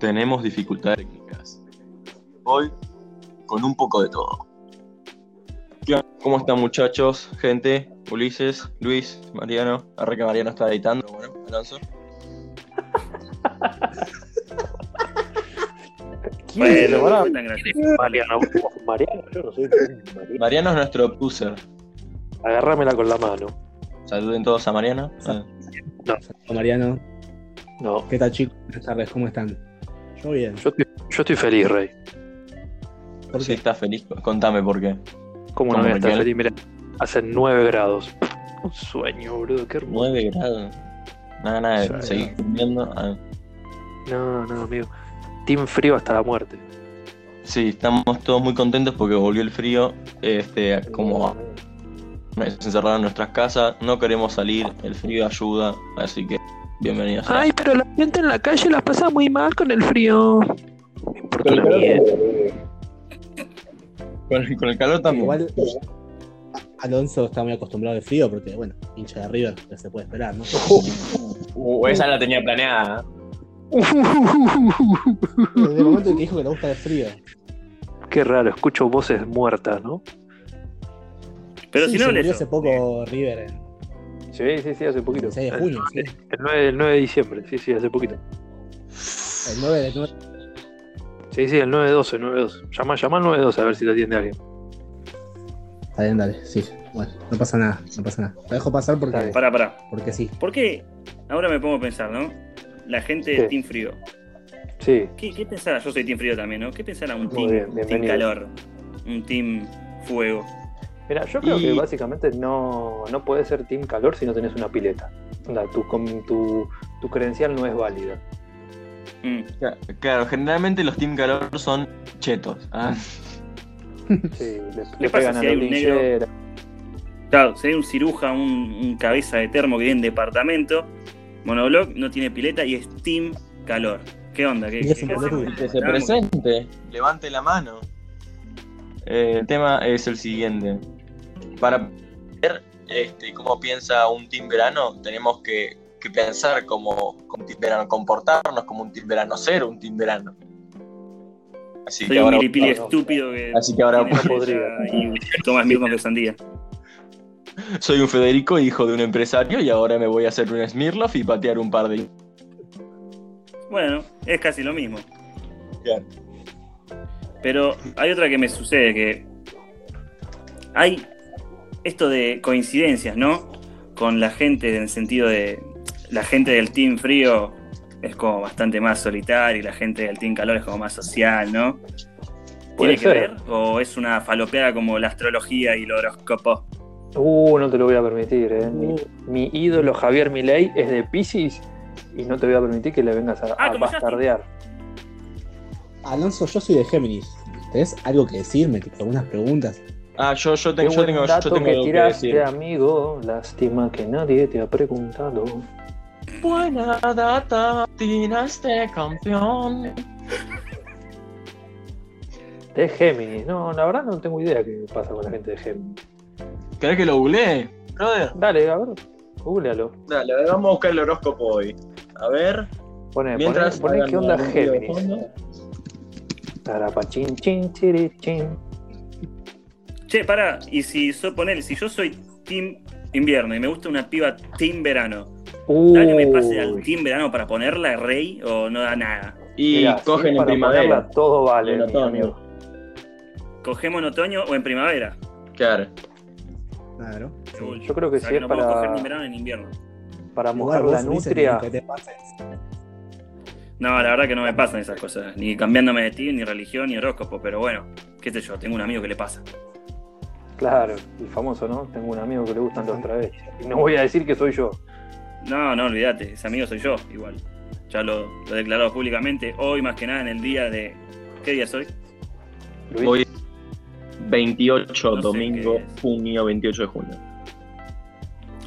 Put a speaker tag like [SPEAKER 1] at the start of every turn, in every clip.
[SPEAKER 1] tenemos dificultades técnicas. Hoy, con un poco de todo. ¿Cómo están muchachos, gente? Ulises, Luis, Mariano. Arre que Mariano está editando. Bueno, Alonso.
[SPEAKER 2] ¿Quién?
[SPEAKER 3] Bueno,
[SPEAKER 2] Pará.
[SPEAKER 3] no tan gracioso.
[SPEAKER 2] Mariano, vos, Mariano, yo no soy un Mariano.
[SPEAKER 1] Mariano es nuestro producer.
[SPEAKER 2] Agárramela con la mano.
[SPEAKER 1] Saluden todos a Mariano. Ah,
[SPEAKER 4] Hola, Mariano,
[SPEAKER 2] No,
[SPEAKER 4] ¿qué tal chicos? Buenas tardes, ¿cómo están? Yo bien.
[SPEAKER 2] yo estoy, yo estoy feliz, Rey.
[SPEAKER 4] ¿Por
[SPEAKER 1] si
[SPEAKER 4] qué?
[SPEAKER 1] estás feliz, contame por qué.
[SPEAKER 2] ¿Cómo no
[SPEAKER 1] ¿Cómo,
[SPEAKER 2] voy a estar
[SPEAKER 1] Miguel?
[SPEAKER 2] feliz? Mira, hace 9 grados. Un sueño, boludo, qué hermoso.
[SPEAKER 1] 9 grados. Nada, nada,
[SPEAKER 2] Sí.
[SPEAKER 1] seguís durmiendo. Ah,
[SPEAKER 2] No, no, amigo. Team frío hasta la muerte.
[SPEAKER 1] Sí, estamos todos muy contentos porque volvió el frío. Este, como nos encerraron en nuestras casas, no queremos salir, el frío ayuda, así que bienvenidos. a-
[SPEAKER 2] Ay, pero la gente en la calle las pasa muy mal con el frío. Me importa
[SPEAKER 1] Pero
[SPEAKER 2] una mierda.
[SPEAKER 1] Con, con el calor también.
[SPEAKER 4] Igual Alonso está muy acostumbrado al frío porque, bueno, hincha de River, ya se puede esperar, ¿no?
[SPEAKER 5] Uh, esa la tenía planeada. ¿eh?
[SPEAKER 4] Desde el momento en que dijo que le gusta el frío.
[SPEAKER 2] Qué raro, escucho voces muertas, ¿no?
[SPEAKER 3] Pero
[SPEAKER 4] Sí,
[SPEAKER 3] si
[SPEAKER 4] se
[SPEAKER 3] no hables
[SPEAKER 4] murió
[SPEAKER 3] eso.
[SPEAKER 4] hace poco River en
[SPEAKER 2] Sí, sí, sí, hace
[SPEAKER 4] el 6 de junio, sí.
[SPEAKER 2] El 9, el 9 de diciembre, sí, sí, hace poquito.
[SPEAKER 4] El 9 de nueve-
[SPEAKER 2] Sí, sí, el 912, 912. Llama, llama al 912 a ver si te atiende alguien.
[SPEAKER 4] Está bien, dale, sí. Bueno, no pasa nada, no pasa nada. La dejo pasar porque,
[SPEAKER 3] Pará, pará.
[SPEAKER 4] porque sí.
[SPEAKER 3] ¿Por qué? Ahora me pongo a pensar, ¿no? La gente
[SPEAKER 2] Sí.
[SPEAKER 3] de Team Frío.
[SPEAKER 2] Sí,
[SPEAKER 3] ¿Qué, qué pensará? Yo soy Team Frío también, ¿no? ¿Qué pensará un
[SPEAKER 2] Muy
[SPEAKER 3] Team,
[SPEAKER 2] bien,
[SPEAKER 3] un team
[SPEAKER 2] bienvenido.
[SPEAKER 3] Calor? Un Team Fuego.
[SPEAKER 2] Mira, yo creo
[SPEAKER 1] Y-
[SPEAKER 2] que básicamente no, no puedes ser team calor si no tenés una pileta. Onda, tu, con- tu, tu credencial no es válida.
[SPEAKER 3] Mm.
[SPEAKER 1] Ca- Claro, generalmente los Team Calor son chetos. Ah,
[SPEAKER 2] Sí, le,
[SPEAKER 3] ¿Qué
[SPEAKER 2] le
[SPEAKER 3] pasa
[SPEAKER 2] pegan
[SPEAKER 3] si
[SPEAKER 2] a
[SPEAKER 3] hay
[SPEAKER 2] los
[SPEAKER 3] un negro?
[SPEAKER 2] lincheros.
[SPEAKER 3] Claro, si hay un ciruja, un, un cabeza de termo que viene en departamento, monobloc, no tiene pileta y es Team Calor. ¿Qué onda? ¿Qué,
[SPEAKER 4] Y es un boludo.
[SPEAKER 1] que se presente. Levante la mano. Eh, el tema es el siguiente. Para ver este, cómo piensa un Team Verano, tenemos que, que pensar como, como Team Verano, comportarnos como un Team Verano, ser un Team Verano. Así
[SPEAKER 3] Soy
[SPEAKER 1] que
[SPEAKER 3] un
[SPEAKER 1] ahora...
[SPEAKER 3] milipili
[SPEAKER 2] no, no.
[SPEAKER 3] estúpido que
[SPEAKER 1] Así que ahora
[SPEAKER 3] tiene
[SPEAKER 2] podría.
[SPEAKER 3] pileta y tomas mirnos de sandía.
[SPEAKER 1] Soy un Federico, hijo de un empresario, y ahora me voy a hacer un Smirloff y patear un par de.
[SPEAKER 3] Bueno, es casi lo mismo.
[SPEAKER 1] Claro.
[SPEAKER 3] Pero hay otra que me sucede que hay esto de coincidencias, ¿no? Con la gente en el sentido de la gente del team frío es como bastante más solitaria y la gente del team calor es como más social, ¿no?
[SPEAKER 2] Puede
[SPEAKER 3] ¿Tiene que
[SPEAKER 2] ser.
[SPEAKER 3] ver? ¿O es una falopeada como la astrología y el horóscopo?
[SPEAKER 2] Uh, no te lo voy a permitir, eh. Mi,
[SPEAKER 4] Uh.
[SPEAKER 2] mi ídolo Javier Milei es de Pisces y no te voy a permitir que le vengas a,
[SPEAKER 3] Ah,
[SPEAKER 2] a
[SPEAKER 3] como Justin.
[SPEAKER 2] bastardear.
[SPEAKER 4] Alonso, yo soy de Géminis. ¿Tenés algo que decirme? ¿Algunas preguntas?
[SPEAKER 1] Ah, yo, yo tengo,
[SPEAKER 2] Qué
[SPEAKER 1] yo
[SPEAKER 2] buen
[SPEAKER 1] tengo, yo
[SPEAKER 2] dato
[SPEAKER 1] tengo
[SPEAKER 2] que
[SPEAKER 1] algo que
[SPEAKER 2] tiraste,
[SPEAKER 1] decir.
[SPEAKER 2] amigo. Lástima que nadie te ha preguntado.
[SPEAKER 1] Buena data, tiraste campeón.
[SPEAKER 2] De Géminis. No, la verdad no tengo idea qué pasa con la gente de Géminis.
[SPEAKER 1] ¿Querés que lo googleé? Brother,
[SPEAKER 2] Dale, a ver, googlealo.
[SPEAKER 1] dale, vamos a buscar el horóscopo hoy. A ver,
[SPEAKER 2] Poné,
[SPEAKER 1] mientras.
[SPEAKER 2] poné, poné
[SPEAKER 1] hagan
[SPEAKER 2] qué onda
[SPEAKER 1] algún ruido de
[SPEAKER 2] Géminis.
[SPEAKER 1] fondo.
[SPEAKER 2] Tarapachín, chin, chiri, chin.
[SPEAKER 3] Che, pará, y si so, ponele, si yo soy team invierno y me gusta una piba team verano, ¿da que me pase al
[SPEAKER 2] Uy,
[SPEAKER 3] team verano para ponerla rey o no da nada?
[SPEAKER 1] Y
[SPEAKER 2] mirá,
[SPEAKER 1] cogen
[SPEAKER 2] sí,
[SPEAKER 1] en
[SPEAKER 2] para
[SPEAKER 1] primavera.
[SPEAKER 2] ponerla todo vale,
[SPEAKER 1] En
[SPEAKER 2] mi
[SPEAKER 1] otoño.
[SPEAKER 2] amigo.
[SPEAKER 3] ¿Cogemos en otoño o en primavera?
[SPEAKER 1] Claro.
[SPEAKER 4] Claro.
[SPEAKER 3] Según
[SPEAKER 2] Yo creo que
[SPEAKER 3] O sea,
[SPEAKER 2] sí
[SPEAKER 3] que
[SPEAKER 2] es
[SPEAKER 3] no puedo coger
[SPEAKER 2] para,
[SPEAKER 3] ni en verano ni en invierno.
[SPEAKER 2] para
[SPEAKER 4] Igual
[SPEAKER 2] mojar
[SPEAKER 4] vos
[SPEAKER 2] la
[SPEAKER 4] dices
[SPEAKER 2] nutria.
[SPEAKER 4] lo que te pasa es-
[SPEAKER 3] No, la verdad que no me pasan esas cosas, ni cambiándome de team, ni religión, ni horóscopo, pero bueno, qué sé yo, tengo un amigo que le pasa.
[SPEAKER 2] Claro, el famoso, ¿no? Tengo un amigo que le gustan los travestis. Y no voy a decir que soy yo.
[SPEAKER 3] No, no, olvídate, ese amigo soy yo, igual. Ya lo, lo he declarado públicamente, hoy más que nada en el día de... ¿Qué día soy?
[SPEAKER 2] Luis,
[SPEAKER 1] Hoy 28,
[SPEAKER 3] No sé
[SPEAKER 1] domingo,
[SPEAKER 3] qué es.
[SPEAKER 1] junio, 28 de junio.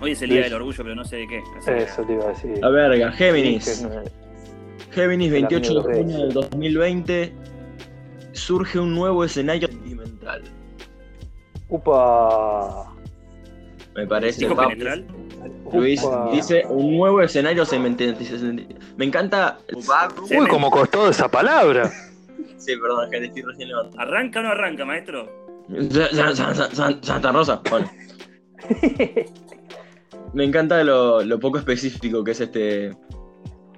[SPEAKER 3] Hoy es el día
[SPEAKER 2] Sí.
[SPEAKER 3] del orgullo, pero no sé de qué. así que-
[SPEAKER 2] eso te iba a decir.
[SPEAKER 1] A verga,
[SPEAKER 2] Sí,
[SPEAKER 1] Géminis.
[SPEAKER 2] que no es-
[SPEAKER 1] Géminis,
[SPEAKER 2] El amigo
[SPEAKER 1] 28 de
[SPEAKER 2] de Reyes.
[SPEAKER 1] junio del 2020. Surge un nuevo escenario sentimental.
[SPEAKER 2] Upa.
[SPEAKER 1] Me parece,
[SPEAKER 3] ¿Dijo
[SPEAKER 1] papi.
[SPEAKER 3] penetral?
[SPEAKER 1] Luis
[SPEAKER 2] Upa.
[SPEAKER 1] dice un nuevo escenario cementerio. Me encanta. Ubaku.
[SPEAKER 3] Sí.
[SPEAKER 1] Sí,
[SPEAKER 2] Uy, como costó esa palabra.
[SPEAKER 1] perdón, gente, estoy recién levantado.
[SPEAKER 3] ¿Arranca o no arranca, maestro?
[SPEAKER 1] Sa- sa- sa- sa- Santa Rosa. Bueno. Me encanta lo, lo poco específico que es este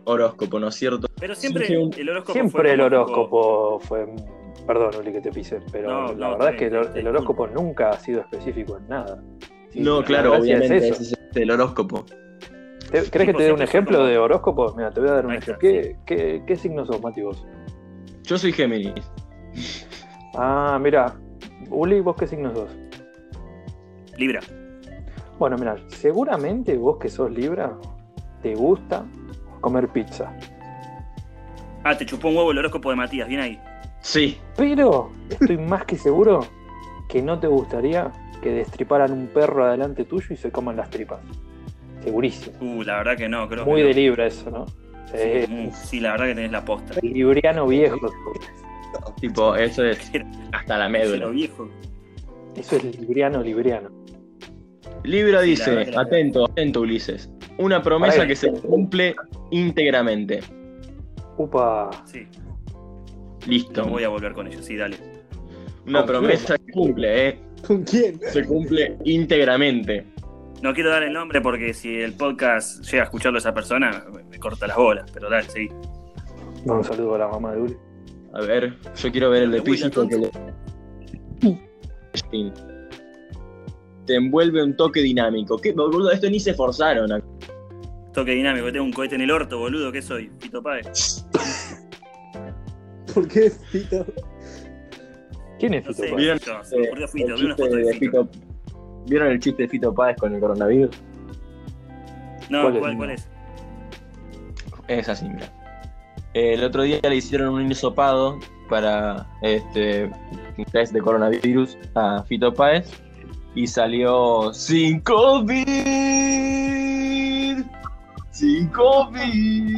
[SPEAKER 1] horóscopo, ¿no es cierto?
[SPEAKER 3] Pero siempre
[SPEAKER 1] Sí, sí.
[SPEAKER 3] el horóscopo. fue
[SPEAKER 2] Siempre el
[SPEAKER 3] como-
[SPEAKER 2] horóscopo fue. Perdón, Uli, que te pise, pero la
[SPEAKER 3] No, no,
[SPEAKER 2] verdad
[SPEAKER 3] está
[SPEAKER 2] es que el,
[SPEAKER 3] bien,
[SPEAKER 2] el
[SPEAKER 3] está bien.
[SPEAKER 2] horóscopo nunca ha sido específico en nada. Sí,
[SPEAKER 1] no,
[SPEAKER 2] la
[SPEAKER 1] claro,
[SPEAKER 2] gracia es
[SPEAKER 1] obviamente.
[SPEAKER 2] eso.
[SPEAKER 1] ese Es este, el horóscopo.
[SPEAKER 2] ¿Te- ¿Crees que te dé un
[SPEAKER 3] siempre
[SPEAKER 2] ejemplo
[SPEAKER 3] son
[SPEAKER 2] de horóscopo? Mira, te voy a dar un
[SPEAKER 3] Ahí está,
[SPEAKER 2] ejemplo. ¿Qué, qué, qué signo sos, Mati, vos?
[SPEAKER 1] Yo soy Géminis.
[SPEAKER 2] Ah, mira, Uli, ¿vos qué signo sos?
[SPEAKER 3] Libra.
[SPEAKER 2] Bueno, mira, seguramente vos que sos Libra, te gusta comer pizza.
[SPEAKER 3] Ah, te chupó un huevo el horóscopo de Matías, bien ahí.
[SPEAKER 1] Sí.
[SPEAKER 2] Pero estoy más que seguro que no te gustaría que destriparan un perro adelante tuyo y se coman las tripas. Segurísimo.
[SPEAKER 3] Uh, la verdad que no, creo
[SPEAKER 2] Muy
[SPEAKER 3] que.
[SPEAKER 2] de
[SPEAKER 3] no.
[SPEAKER 2] Libra eso, ¿no?
[SPEAKER 3] Sí,
[SPEAKER 2] Sí.
[SPEAKER 3] muy- sí, la verdad que tenés la posta.
[SPEAKER 2] Libriano viejo.
[SPEAKER 1] Tipo, eso es hasta la médula.
[SPEAKER 3] Pero viejo.
[SPEAKER 2] Eso es libriano, libriano.
[SPEAKER 1] Libra
[SPEAKER 3] Sí, la
[SPEAKER 1] dice,
[SPEAKER 3] verdad que la-
[SPEAKER 1] atento, atento Ulises, una promesa
[SPEAKER 2] Pará.
[SPEAKER 1] que se cumple íntegramente.
[SPEAKER 2] Upa.
[SPEAKER 3] Sí,
[SPEAKER 1] Listo.
[SPEAKER 3] no voy a volver con ellos. Sí, dale.
[SPEAKER 1] Una
[SPEAKER 2] Confirma.
[SPEAKER 1] promesa que cumple, ¿eh?
[SPEAKER 4] ¿Con quién?
[SPEAKER 1] Se cumple íntegramente.
[SPEAKER 3] No quiero dar el nombre porque si el podcast llega a escucharlo esa persona, me, me corta las bolas. Pero dale, sí.
[SPEAKER 2] Un saludo a la mamá de Uri.
[SPEAKER 1] A ver, yo quiero ver el de
[SPEAKER 3] Uy, la
[SPEAKER 1] Pisces porque le... Te envuelve un toque dinámico. ¿Qué, boludo? Esto ni se esforzaron.
[SPEAKER 3] Toque dinámico, tengo un cohete en el orto, boludo. ¿Qué soy? Pito Páez.
[SPEAKER 4] ¿Por qué es Fito?
[SPEAKER 2] ¿Quién es
[SPEAKER 3] No
[SPEAKER 2] Fito
[SPEAKER 3] sé,
[SPEAKER 2] Páez?
[SPEAKER 1] Bien.
[SPEAKER 3] yo, se me ocurrió Fito,
[SPEAKER 1] El
[SPEAKER 3] vi
[SPEAKER 1] chiste
[SPEAKER 3] una foto de
[SPEAKER 1] de
[SPEAKER 3] Fito.
[SPEAKER 1] Fito- ¿Vieron el chiste de Fito Páez con el coronavirus?
[SPEAKER 3] No,
[SPEAKER 2] ¿Cuál es?
[SPEAKER 3] ¿cuál, cuál es?
[SPEAKER 1] Es así, mira. El otro día le hicieron un hisopado para este un test de coronavirus a Fito Páez y salió sin COVID. Sin COVID.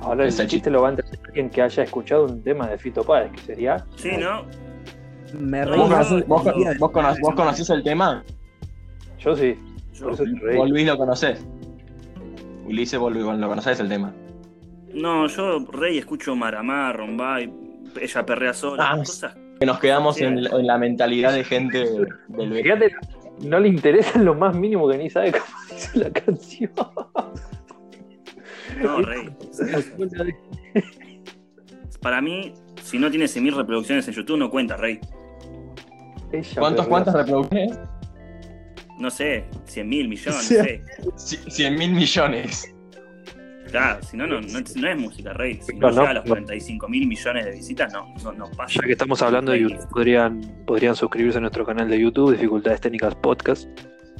[SPEAKER 2] Ahora el
[SPEAKER 1] Es el
[SPEAKER 2] chiste lo va a entender alguien que haya escuchado un tema de Fito Páez, que sería.
[SPEAKER 3] Sí, ¿no?
[SPEAKER 4] Me
[SPEAKER 3] No,
[SPEAKER 4] reí.
[SPEAKER 1] ¿Vos,
[SPEAKER 3] no,
[SPEAKER 1] conocés- vos
[SPEAKER 3] no.
[SPEAKER 1] cono- vos cono- vos conocés el tema?
[SPEAKER 2] Yo sí.
[SPEAKER 3] Yo-
[SPEAKER 2] Por eso te reí.
[SPEAKER 1] Vos Luis lo conocés. Ulises, vos Luis, lo conocés el tema.
[SPEAKER 3] No, yo rey escucho Maramá, Rombay, ella perrea sola,
[SPEAKER 1] Ah,
[SPEAKER 3] cosas.
[SPEAKER 1] Que nos quedamos en, en la mentalidad de gente del verano.
[SPEAKER 2] Fíjate, no le interesa en lo más mínimo que ni sabe cómo dice la canción.
[SPEAKER 3] No, rey. Para mí, si no tiene 100.000 reproducciones en YouTube, no cuenta, rey.
[SPEAKER 2] Ella
[SPEAKER 1] ¿Cuántos,
[SPEAKER 2] perrea.
[SPEAKER 1] cuántas reproducciones?
[SPEAKER 3] No sé, 100.000 millones,
[SPEAKER 4] Sí.
[SPEAKER 3] no sé.
[SPEAKER 1] Cien mil millones.
[SPEAKER 3] Claro, si no, no, no, es- no es música, rey. Si
[SPEAKER 2] No,
[SPEAKER 3] no,
[SPEAKER 2] no,
[SPEAKER 3] llega a los
[SPEAKER 2] no.
[SPEAKER 3] 45.000 millones de visitas, no, no, no pasa.
[SPEAKER 2] Ya que estamos hablando de YouTube, podrían, podrían suscribirse a nuestro canal de YouTube, Dificultades Técnicas Podcast.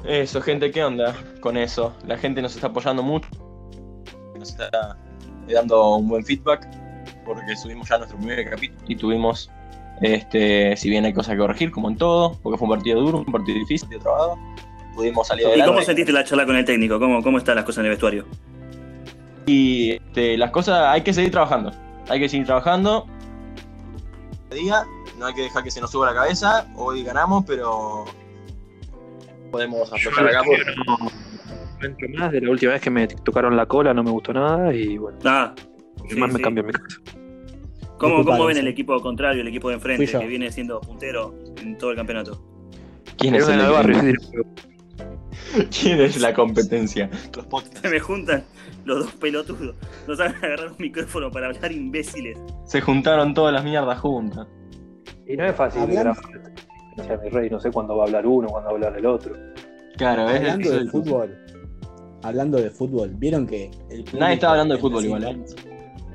[SPEAKER 1] Eso, gente, ¿qué onda con eso? La gente nos está apoyando mucho. Nos está dando un buen feedback. Porque subimos ya nuestro primer capítulo. Y tuvimos, este, si bien hay cosas que corregir, como en todo, porque fue un partido duro, un partido difícil, de trabajo. Pudimos salir
[SPEAKER 3] ¿Y
[SPEAKER 1] adelante.
[SPEAKER 3] cómo sentiste la charla con el técnico? ¿Cómo, cómo están las cosas en el vestuario?
[SPEAKER 1] Y este, las cosas hay que seguir trabajando. Hay que seguir trabajando. Día, no hay que dejar que se nos suba la cabeza. Hoy ganamos, pero podemos aflojar la cama.
[SPEAKER 2] No entro más de la última vez que me tocaron la cola, no me gustó nada y bueno,
[SPEAKER 3] Ah, sí,
[SPEAKER 2] además me
[SPEAKER 3] sí.
[SPEAKER 2] cambió mi casa.
[SPEAKER 3] ¿Cómo,
[SPEAKER 4] Disculpa,
[SPEAKER 3] ¿Cómo ven
[SPEAKER 4] sí.
[SPEAKER 3] el equipo contrario, el equipo de enfrente,
[SPEAKER 4] Fui yo.
[SPEAKER 3] que viene siendo puntero en todo el campeonato?
[SPEAKER 1] ¿Quién
[SPEAKER 2] Era
[SPEAKER 1] es,
[SPEAKER 2] de
[SPEAKER 1] el
[SPEAKER 2] la barrio, sí,
[SPEAKER 1] ¿Quién es la competencia? Los podcasts.
[SPEAKER 3] Se me juntan los dos pelotudos. No saben agarrar un micrófono para hablar imbéciles.
[SPEAKER 1] Se juntaron todas las mierdas juntas.
[SPEAKER 2] Y no es fácil
[SPEAKER 4] Hablando-
[SPEAKER 2] grabar. O sea, mi rey, no sé cuándo va a hablar uno, cuándo va a hablar el otro.
[SPEAKER 1] Claro, es
[SPEAKER 4] Hablando
[SPEAKER 1] es-
[SPEAKER 4] de fútbol. Hablando de fútbol, vieron que. el
[SPEAKER 1] Nadie estaba hablando de fútbol
[SPEAKER 4] Sí.
[SPEAKER 1] igual, ¿eh?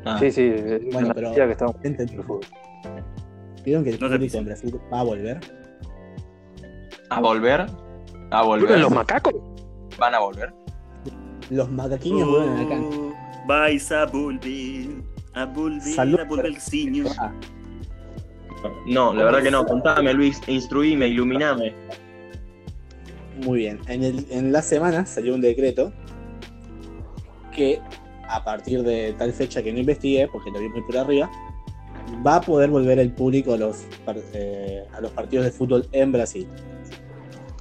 [SPEAKER 1] Ah,
[SPEAKER 2] Sí, sí, es
[SPEAKER 4] Bueno,
[SPEAKER 2] una
[SPEAKER 4] pero-
[SPEAKER 2] idea que estamos
[SPEAKER 4] Entendí.
[SPEAKER 2] en el fútbol.
[SPEAKER 4] ¿Vieron que el
[SPEAKER 3] No te
[SPEAKER 4] público
[SPEAKER 3] pises.
[SPEAKER 4] en Brasil va a volver?
[SPEAKER 1] ¿A volver? ¿A
[SPEAKER 2] ¿Vuelven los
[SPEAKER 1] volver?
[SPEAKER 2] macacos?
[SPEAKER 1] ¿Van a volver?
[SPEAKER 4] Los macaquiños vuelven acá.
[SPEAKER 3] Uh, Vais a volver, a volver,
[SPEAKER 4] Salud.
[SPEAKER 3] a volver, señor.
[SPEAKER 1] No, la verdad que no. Contame, Luis. Instruíme, iluminame.
[SPEAKER 4] Muy bien. En, el- en la semana salió un decreto que a partir de tal fecha que no investigué, porque lo vi muy por arriba, va a poder volver el público a los, par- eh, a los partidos de fútbol en Brasil.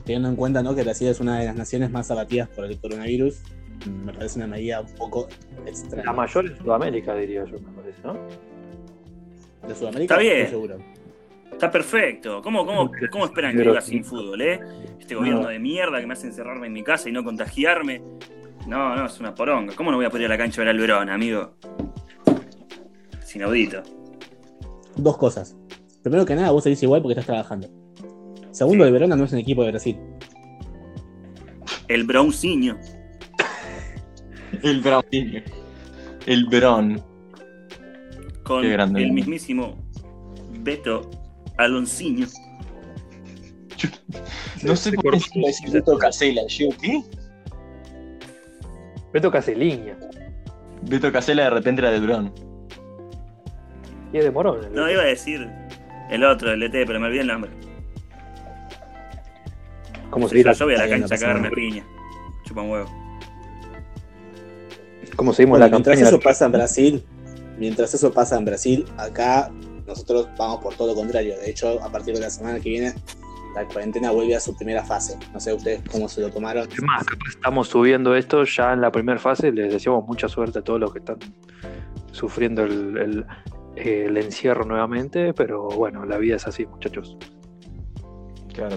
[SPEAKER 4] teniendo en cuenta ¿no? que Brasil es una de las naciones más abatidas por el coronavirus, me parece una medida un poco extraña.
[SPEAKER 2] La mayor en Sudamérica, diría yo, me parece, ¿no?
[SPEAKER 4] De Sudamérica,
[SPEAKER 3] Está bien.
[SPEAKER 4] estoy seguro.
[SPEAKER 3] Está perfecto. ¿Cómo, cómo, cómo esperan que viva sin fútbol, eh? Este gobierno de mierda que me hace encerrarme en mi casa y no contagiarme. No, no, es una poronga. ¿Cómo no voy a poder ir a la cancha del Alberón, amigo? Es inaudito.
[SPEAKER 4] Dos cosas. Primero que nada, vos seguís igual porque estás trabajando. Segundo, el Verona no es un equipo de Brasil.
[SPEAKER 3] El browncinho.
[SPEAKER 1] El Brown. El Verón.
[SPEAKER 3] Con
[SPEAKER 1] Qué grande.
[SPEAKER 3] el mismísimo Beto Aloncinho.
[SPEAKER 1] No sé por qué se me dice Beto Casella. Yo, ¿qué?
[SPEAKER 2] Beto Caseliña.
[SPEAKER 1] Beto Casella de repente era del Verón.
[SPEAKER 2] Y es de Morón. el
[SPEAKER 3] No,
[SPEAKER 2] Beto.
[SPEAKER 3] iba a decir el otro, el ET, pero me olvidé el nombre.
[SPEAKER 2] como,
[SPEAKER 3] Sí, yo
[SPEAKER 2] seguimos,
[SPEAKER 3] voy a la
[SPEAKER 4] bien,
[SPEAKER 3] cancha a
[SPEAKER 4] no pasa nada.
[SPEAKER 3] cagarme a piña. Chupa un huevo.
[SPEAKER 2] como seguimos
[SPEAKER 4] Bueno,
[SPEAKER 2] la
[SPEAKER 4] mientras
[SPEAKER 2] campaña.
[SPEAKER 4] eso pasa en Brasil, mientras eso pasa en Brasil, acá nosotros vamos por todo lo contrario. De hecho, a partir de la semana que viene, la cuarentena vuelve a su primera fase. No sé ustedes cómo se lo tomaron.
[SPEAKER 2] Es más, capaz estamos subiendo esto ya en la primera fase. Les deseamos mucha suerte a todos los que están sufriendo el, el- el encierro nuevamente. Pero bueno, la vida es así, muchachos.
[SPEAKER 1] Claro.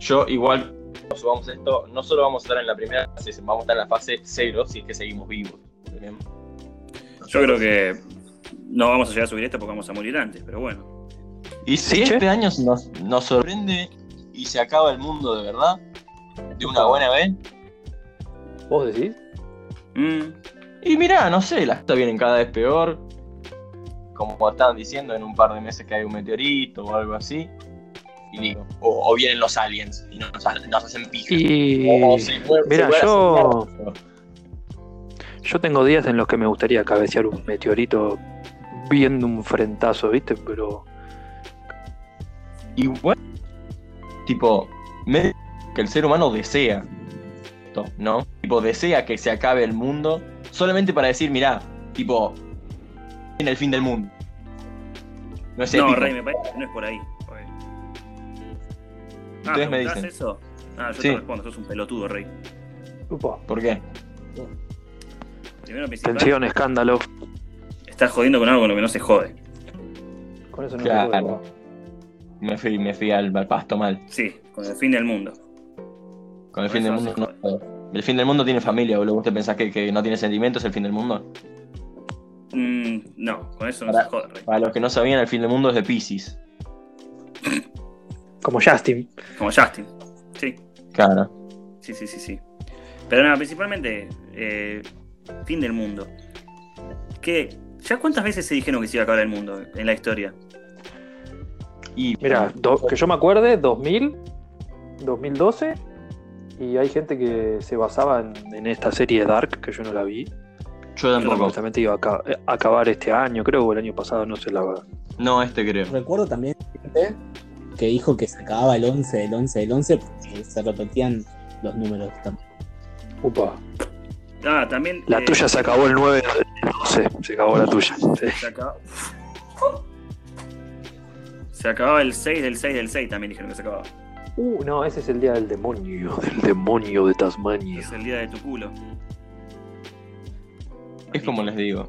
[SPEAKER 1] Yo igual, cuando subamos esto, no solo vamos a estar en la primera fase, vamos a estar en la fase cero si es que seguimos vivos. Bien.
[SPEAKER 3] Yo creo que no vamos a llegar a subir esto porque vamos a morir antes, pero bueno.
[SPEAKER 1] Y si
[SPEAKER 2] Sí, che.
[SPEAKER 1] este año nos, nos sorprende y se acaba el mundo de verdad, de una buena vez.
[SPEAKER 2] ¿Vos decís?
[SPEAKER 3] Mm,
[SPEAKER 1] Y mirá, no sé, las cosas vienen cada vez peor. Como estaban diciendo, en un par de meses que hay un meteorito o algo así. Y digo, o, o vienen los aliens y nos, nos hacen pija.
[SPEAKER 2] Y
[SPEAKER 1] O- o se mueve-
[SPEAKER 2] mira,
[SPEAKER 1] se mueve
[SPEAKER 2] yo-
[SPEAKER 1] hacia el norte.
[SPEAKER 2] yo tengo días en los que me gustaría cabecear un meteorito viendo un frentazo, ¿viste? Pero
[SPEAKER 1] Igual, tipo, me- que el ser humano desea esto, ¿no? Tipo, desea que se acabe el mundo solamente para decir, mirá, tipo, en el fin del mundo. No es
[SPEAKER 3] No,
[SPEAKER 1] épico.
[SPEAKER 3] Rey, me parece que no es por ahí. Rey. Ah,
[SPEAKER 1] Ustedes me
[SPEAKER 3] ¿preguntás
[SPEAKER 1] dicen.
[SPEAKER 3] eso? Ah, yo
[SPEAKER 1] Sí.
[SPEAKER 3] te respondo, sos un pelotudo, Rey.
[SPEAKER 2] upa,
[SPEAKER 1] ¿Por qué?
[SPEAKER 3] Primero principal,
[SPEAKER 2] tensión, escándalo.
[SPEAKER 3] estás jodiendo con algo con lo que no se jode.
[SPEAKER 2] Con eso no se
[SPEAKER 1] Claro.
[SPEAKER 2] puede, ¿no?
[SPEAKER 1] Me fui, me fui al, al pasto mal.
[SPEAKER 3] Sí, con el fin del mundo.
[SPEAKER 1] Con el
[SPEAKER 3] Por
[SPEAKER 1] fin del
[SPEAKER 3] eso
[SPEAKER 1] mundo.
[SPEAKER 3] hace
[SPEAKER 1] no. el fin del mundo tiene familia, boludo. ¿Vos te pensás que, que no tiene sentimientos el fin del mundo?
[SPEAKER 3] Mm, no, con eso no
[SPEAKER 1] Pará.
[SPEAKER 3] se jode, Rey.
[SPEAKER 1] Para los que no sabían, el fin del mundo es de Pisces.
[SPEAKER 2] Como Justin.
[SPEAKER 3] Como Justin. Sí.
[SPEAKER 1] Claro.
[SPEAKER 3] Sí, sí, sí, sí. Pero nada, principalmente eh, fin del mundo. Que ya cuántas veces se dijeron que se iba a acabar el mundo en la historia.
[SPEAKER 1] Y
[SPEAKER 2] Mira, do- que yo me acuerde, 2000, 2012. Y hay gente que se basaba en, en esta serie Dark, que yo no la vi.
[SPEAKER 1] yo
[SPEAKER 2] que
[SPEAKER 1] tampoco.
[SPEAKER 2] Justamente iba a, aca- eh, a acabar este año, creo, o el año pasado, no sé la verdad.
[SPEAKER 1] No, este creo.
[SPEAKER 4] Recuerdo también gente que dijo que se acababa el 11, el 11, el 11, porque se repetían los números. también.
[SPEAKER 2] Upa.
[SPEAKER 3] Ah, también.
[SPEAKER 2] La
[SPEAKER 3] eh,
[SPEAKER 2] tuya se acabó el 9 del 12. Se acabó la tuya. sí.
[SPEAKER 3] Se acaba- Se acababa el 6 del 6 del 6, también dijeron que se acababa.
[SPEAKER 2] Uh, no, ese es el día del demonio, del demonio de Tasmania.
[SPEAKER 3] Es el día de tu culo.
[SPEAKER 1] Es como les digo.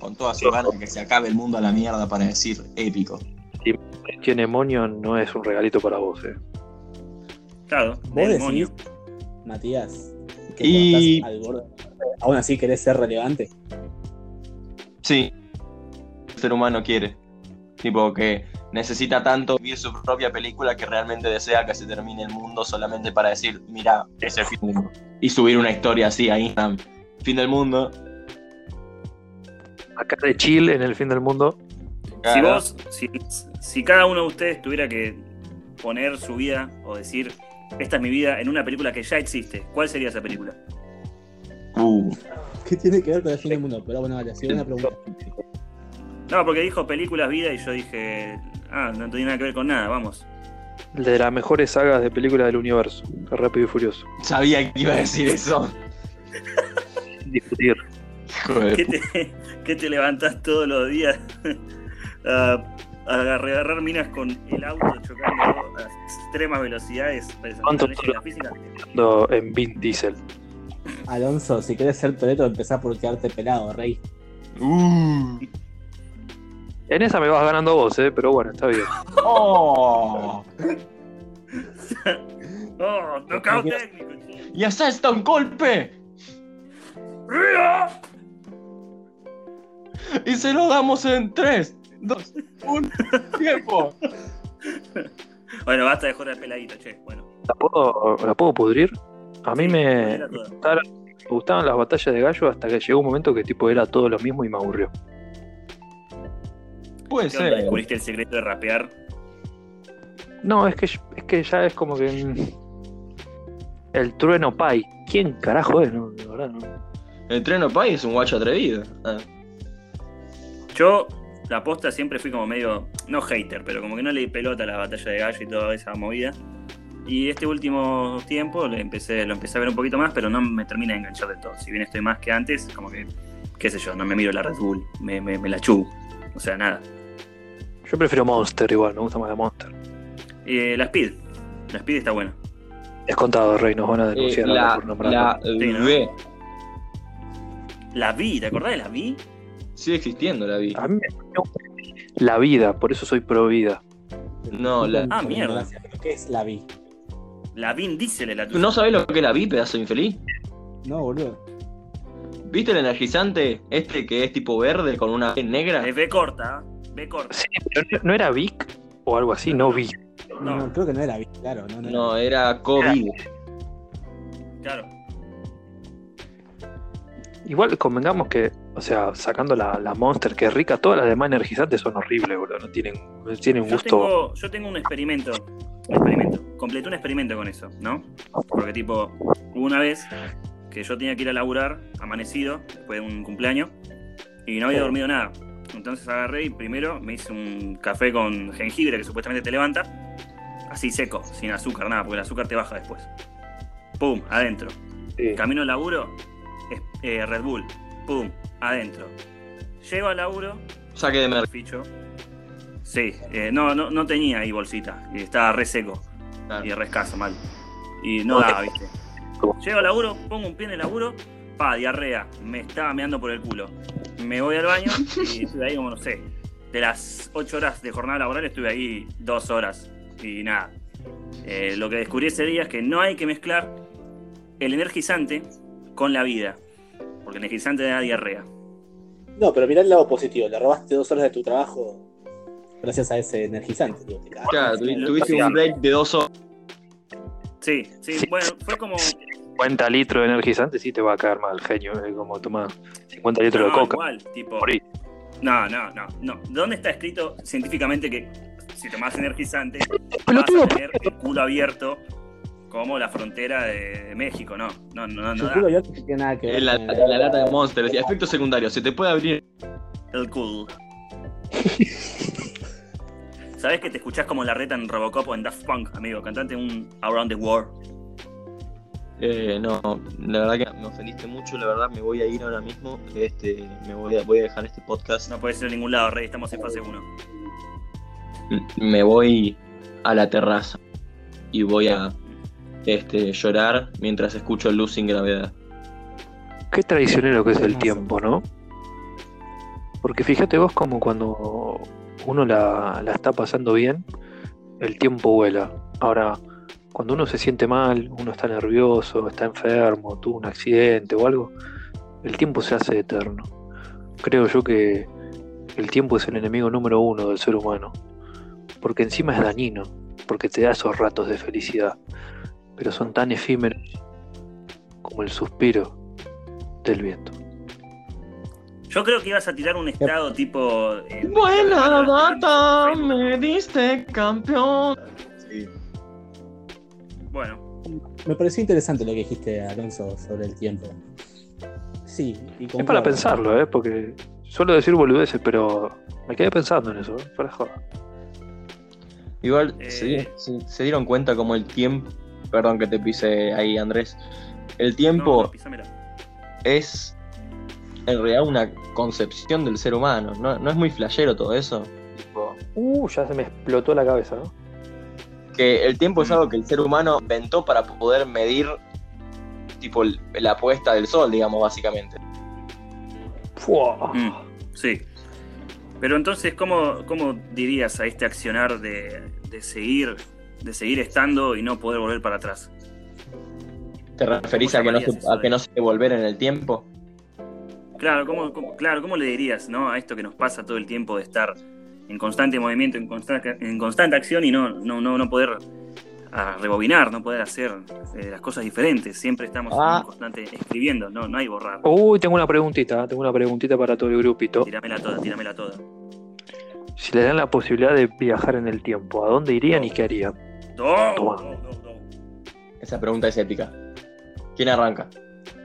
[SPEAKER 1] Con todas sus ganas que se acabe el mundo a la mierda para decir épico.
[SPEAKER 2] Que demonio no es un regalito para vos, eh.
[SPEAKER 3] Claro,
[SPEAKER 4] Vos
[SPEAKER 3] del
[SPEAKER 4] decís,
[SPEAKER 3] demonio.
[SPEAKER 4] Matías, que
[SPEAKER 1] Y-
[SPEAKER 4] cortás al borde. Aún así querés ser relevante.
[SPEAKER 1] Sí. El ser humano quiere. Tipo que necesita tanto vivir su propia película que realmente desea que se termine el mundo solamente para decir, mira, es el fin del mundo. Y subir una historia así a Instagram. Fin del mundo.
[SPEAKER 2] Acá de Chile, en el fin del mundo.
[SPEAKER 3] Si
[SPEAKER 1] Claro.
[SPEAKER 3] vos, si, si cada uno de ustedes tuviera que poner su vida o decir, esta es mi vida en una película que ya existe, ¿cuál sería esa película?
[SPEAKER 1] Uh,
[SPEAKER 4] ¿Qué tiene que ver con el fin del mundo? Pero bueno, vale, así una pregunta.
[SPEAKER 3] No, porque dijo películas, vida, y yo dije, ah, no tenía nada que ver con nada, vamos.
[SPEAKER 2] El De las mejores sagas de películas del universo. Rápido y Furioso.
[SPEAKER 1] sabía que iba a decir eso.
[SPEAKER 2] Discutir.
[SPEAKER 1] Hijo de
[SPEAKER 3] ¿Qué te, qué te levantás todos los días a, agarrar, agarrar minas con el auto chocando a extremas velocidades. para esas
[SPEAKER 2] ¿Cuánto
[SPEAKER 3] leyes de la física.
[SPEAKER 2] No, en Vin Diesel.
[SPEAKER 4] Alonso, si quieres ser Toreto, empezá por quedarte pelado, rey.
[SPEAKER 1] Uh.
[SPEAKER 2] En esa me vas ganando vos, eh, pero bueno, está bien.
[SPEAKER 1] Oh.
[SPEAKER 3] ¡Oh, knockout técnico! che.
[SPEAKER 1] ¡Y asesta un golpe!
[SPEAKER 3] ¡Río!
[SPEAKER 1] Y se lo damos en 3, 2, 1, tiempo.
[SPEAKER 3] Bueno, basta de joder al peladito, che. Bueno,
[SPEAKER 2] ¿La puedo, la puedo pudrir? A mí me,
[SPEAKER 3] era todo.
[SPEAKER 2] me gustaban las batallas de gallo hasta que llegó un momento que tipo era todo lo mismo y me aburrió.
[SPEAKER 1] Puede
[SPEAKER 3] ¿Qué onda?
[SPEAKER 1] ser.
[SPEAKER 3] ¿Descubriste el secreto de rapear?
[SPEAKER 2] No, es que, es que ya es como que. mm, El trueno Pai. ¿Quién carajo es? No, de verdad, no.
[SPEAKER 1] El Treno Pai es un guacho atrevido. Ah.
[SPEAKER 3] Yo, la aposta, siempre fui como medio, no hater, pero como que no le di pelota a la batalla de gallo y toda esa movida. Y este último tiempo le empecé, lo empecé a ver un poquito más, pero no me termina de enganchar del todo. Si bien estoy más que antes, como que, qué sé yo, no me miro la Red Bull, me, me, me la chubo. O sea, nada.
[SPEAKER 2] Yo prefiero Monster igual, me gusta más la Monster.
[SPEAKER 3] Eh, la Speed. La Speed está buena.
[SPEAKER 2] Es contado, Rey, nos
[SPEAKER 1] Eh,
[SPEAKER 2] van a denunciar ahora
[SPEAKER 5] la
[SPEAKER 2] por nombrar.
[SPEAKER 5] la
[SPEAKER 3] ¿no?
[SPEAKER 5] B.
[SPEAKER 3] La vi, ¿te acordás de la vi?
[SPEAKER 1] Sigue existiendo la vida.
[SPEAKER 2] A mí me- la vida, por eso soy pro vida.
[SPEAKER 1] No, la-
[SPEAKER 3] Ah, mierda.
[SPEAKER 4] Gracias, pero ¿Qué es la vi?
[SPEAKER 3] La Vin Diesel es la tuya.
[SPEAKER 1] ¿No sabés lo que es la vi, pedazo de infeliz?
[SPEAKER 4] No, boludo.
[SPEAKER 1] ¿Viste el energizante este que es tipo verde con una B negra?
[SPEAKER 3] Es B corta, ¿eh? B corta.
[SPEAKER 2] Sí, pero no- no era Vic o algo así, no Vic.
[SPEAKER 4] No.
[SPEAKER 3] No,
[SPEAKER 4] creo que no era vi, claro. No, no, era
[SPEAKER 1] No, era COVID.
[SPEAKER 3] claro.
[SPEAKER 2] Igual convengamos que, o sea, sacando la, la Monster, que es rica, todas las demás energizantes son horribles, boludo. No tienen, tienen
[SPEAKER 3] Yo
[SPEAKER 2] gusto.
[SPEAKER 3] tengo, yo tengo un experimento. Un experimento. Completé un experimento con eso, ¿no? Porque tipo, hubo una vez que yo tenía que ir a laburar, amanecido, después de un cumpleaños, y no había dormido nada. Entonces agarré y primero me hice un café con jengibre que supuestamente te levanta, así seco, sin azúcar, nada, porque el azúcar te baja después. Pum, adentro.
[SPEAKER 2] Sí.
[SPEAKER 3] Camino al laburo, es- eh, Red Bull. Pum, adentro. Llego al laburo,
[SPEAKER 1] Saque de merda.
[SPEAKER 3] ficho. Sí, eh, no, no, no tenía ahí bolsita. Y estaba re seco. Y re escaso, mal. Y no
[SPEAKER 2] Ok.
[SPEAKER 3] daba, viste. Llego al laburo, pongo un pie en el laburo, pa, diarrea. Me estaba meando por el culo. Me voy al baño y estuve ahí como no sé. De las 8 horas de jornada laboral estuve ahí dos horas. Y nada. Eh, lo que descubrí ese día es que no hay que mezclar el energizante con la vida. Porque el energizante da diarrea.
[SPEAKER 4] No, pero mirá el lado positivo. Le robaste dos horas de tu trabajo gracias a ese energizante. Tío, te cagaste.
[SPEAKER 1] Claro, tuvi- tuviste un break de dos horas.
[SPEAKER 3] Sí, sí,
[SPEAKER 2] Sí.
[SPEAKER 3] bueno, fue como
[SPEAKER 2] 50 litros de energizante sí te va a caer mal, genio. Es como tomar 50 litros de
[SPEAKER 3] No,
[SPEAKER 2] coca.
[SPEAKER 3] igual, tipo.
[SPEAKER 2] Morí.
[SPEAKER 3] No, no, no, no. ¿Dónde está escrito científicamente que si tomás energizante
[SPEAKER 2] Pelotudo,
[SPEAKER 3] vas a tener el culo abierto como la frontera de, de México? No, no, no, no.
[SPEAKER 4] Yo
[SPEAKER 3] da.
[SPEAKER 4] digo yo que no tiene nada que ver.
[SPEAKER 1] En la,
[SPEAKER 4] con-
[SPEAKER 1] en la lata de Monster. Decía, efecto secundario. Se te puede abrir.
[SPEAKER 3] El culo. ¿Sabes que te escuchás como la reta en Robocop o en Daft Punk, amigo? Cantante un Around the World.
[SPEAKER 1] Eh, no, la verdad que me ofendiste mucho. La verdad, me voy a ir ahora mismo. Este, me voy a, voy a dejar este podcast.
[SPEAKER 3] No puede ser en ningún lado, Rey, estamos en fase 1.
[SPEAKER 1] Me voy a la terraza. Y voy a este, llorar mientras escucho Luz sin gravedad.
[SPEAKER 2] Qué traicionero que es el
[SPEAKER 4] Hermoso.
[SPEAKER 2] tiempo, ¿no? Porque fíjate vos como cuando uno la, la está pasando bien, el tiempo vuela. Ahora, cuando uno se siente mal, uno está nervioso, está enfermo, tuvo un accidente o algo, el tiempo se hace eterno. Creo yo que el tiempo es el enemigo número uno del ser humano. Porque encima es dañino, porque te da esos ratos de felicidad. Pero son tan efímeros como el suspiro del viento.
[SPEAKER 3] Yo creo que ibas a tirar un estado tipo. eh,
[SPEAKER 1] Buena data,
[SPEAKER 3] Facebook.
[SPEAKER 1] me diste campeón. Sí.
[SPEAKER 3] Bueno.
[SPEAKER 4] Me pareció interesante lo que dijiste, Alonso, sobre el tiempo. Sí, y
[SPEAKER 2] Es para
[SPEAKER 4] concuerdo.
[SPEAKER 2] pensarlo, ¿eh? Porque suelo decir boludeces, pero me quedé pensando en eso, ¿eh? Para joder.
[SPEAKER 1] Igual,
[SPEAKER 3] Eh.
[SPEAKER 1] ¿se, se- se dieron cuenta como el tiempo. Perdón que te pise ahí, Andrés. El tiempo
[SPEAKER 3] No, no, pisámela.
[SPEAKER 1] es en realidad una concepción del ser humano. No, no es muy flashero todo eso. Tipo,
[SPEAKER 2] Uh, ya se me explotó la cabeza, ¿no?
[SPEAKER 1] Que el tiempo
[SPEAKER 2] Mm.
[SPEAKER 1] es algo que el ser humano inventó para poder medir, tipo, el- la puesta del sol, digamos, básicamente.
[SPEAKER 2] Fua.
[SPEAKER 3] Mm, sí. Pero entonces, ¿cómo, cómo dirías a este accionar de, de seguir de seguir estando y no poder volver para atrás?
[SPEAKER 1] ¿Te referís a que, no se, a que no se puede volver en el tiempo?
[SPEAKER 3] Claro ¿cómo, cómo- claro, ¿cómo le dirías ¿no? a esto que nos pasa todo el tiempo de estar en constante movimiento, en constante, en constante acción y no, no, no, no poder ah, rebobinar, no poder hacer eh, las cosas diferentes? Siempre estamos en
[SPEAKER 1] Ah.
[SPEAKER 3] constante escribiendo, no, no hay borrar.
[SPEAKER 2] Uy, tengo una preguntita, ¿eh? tengo una preguntita para todo el grupito.
[SPEAKER 3] Tíramela toda, tíramela toda.
[SPEAKER 2] Si le dan la posibilidad de viajar en el tiempo, ¿a dónde irían y qué harían?
[SPEAKER 3] No,
[SPEAKER 2] Toma.
[SPEAKER 3] no, no, no.
[SPEAKER 1] Esa pregunta es épica. ¿Quién arranca?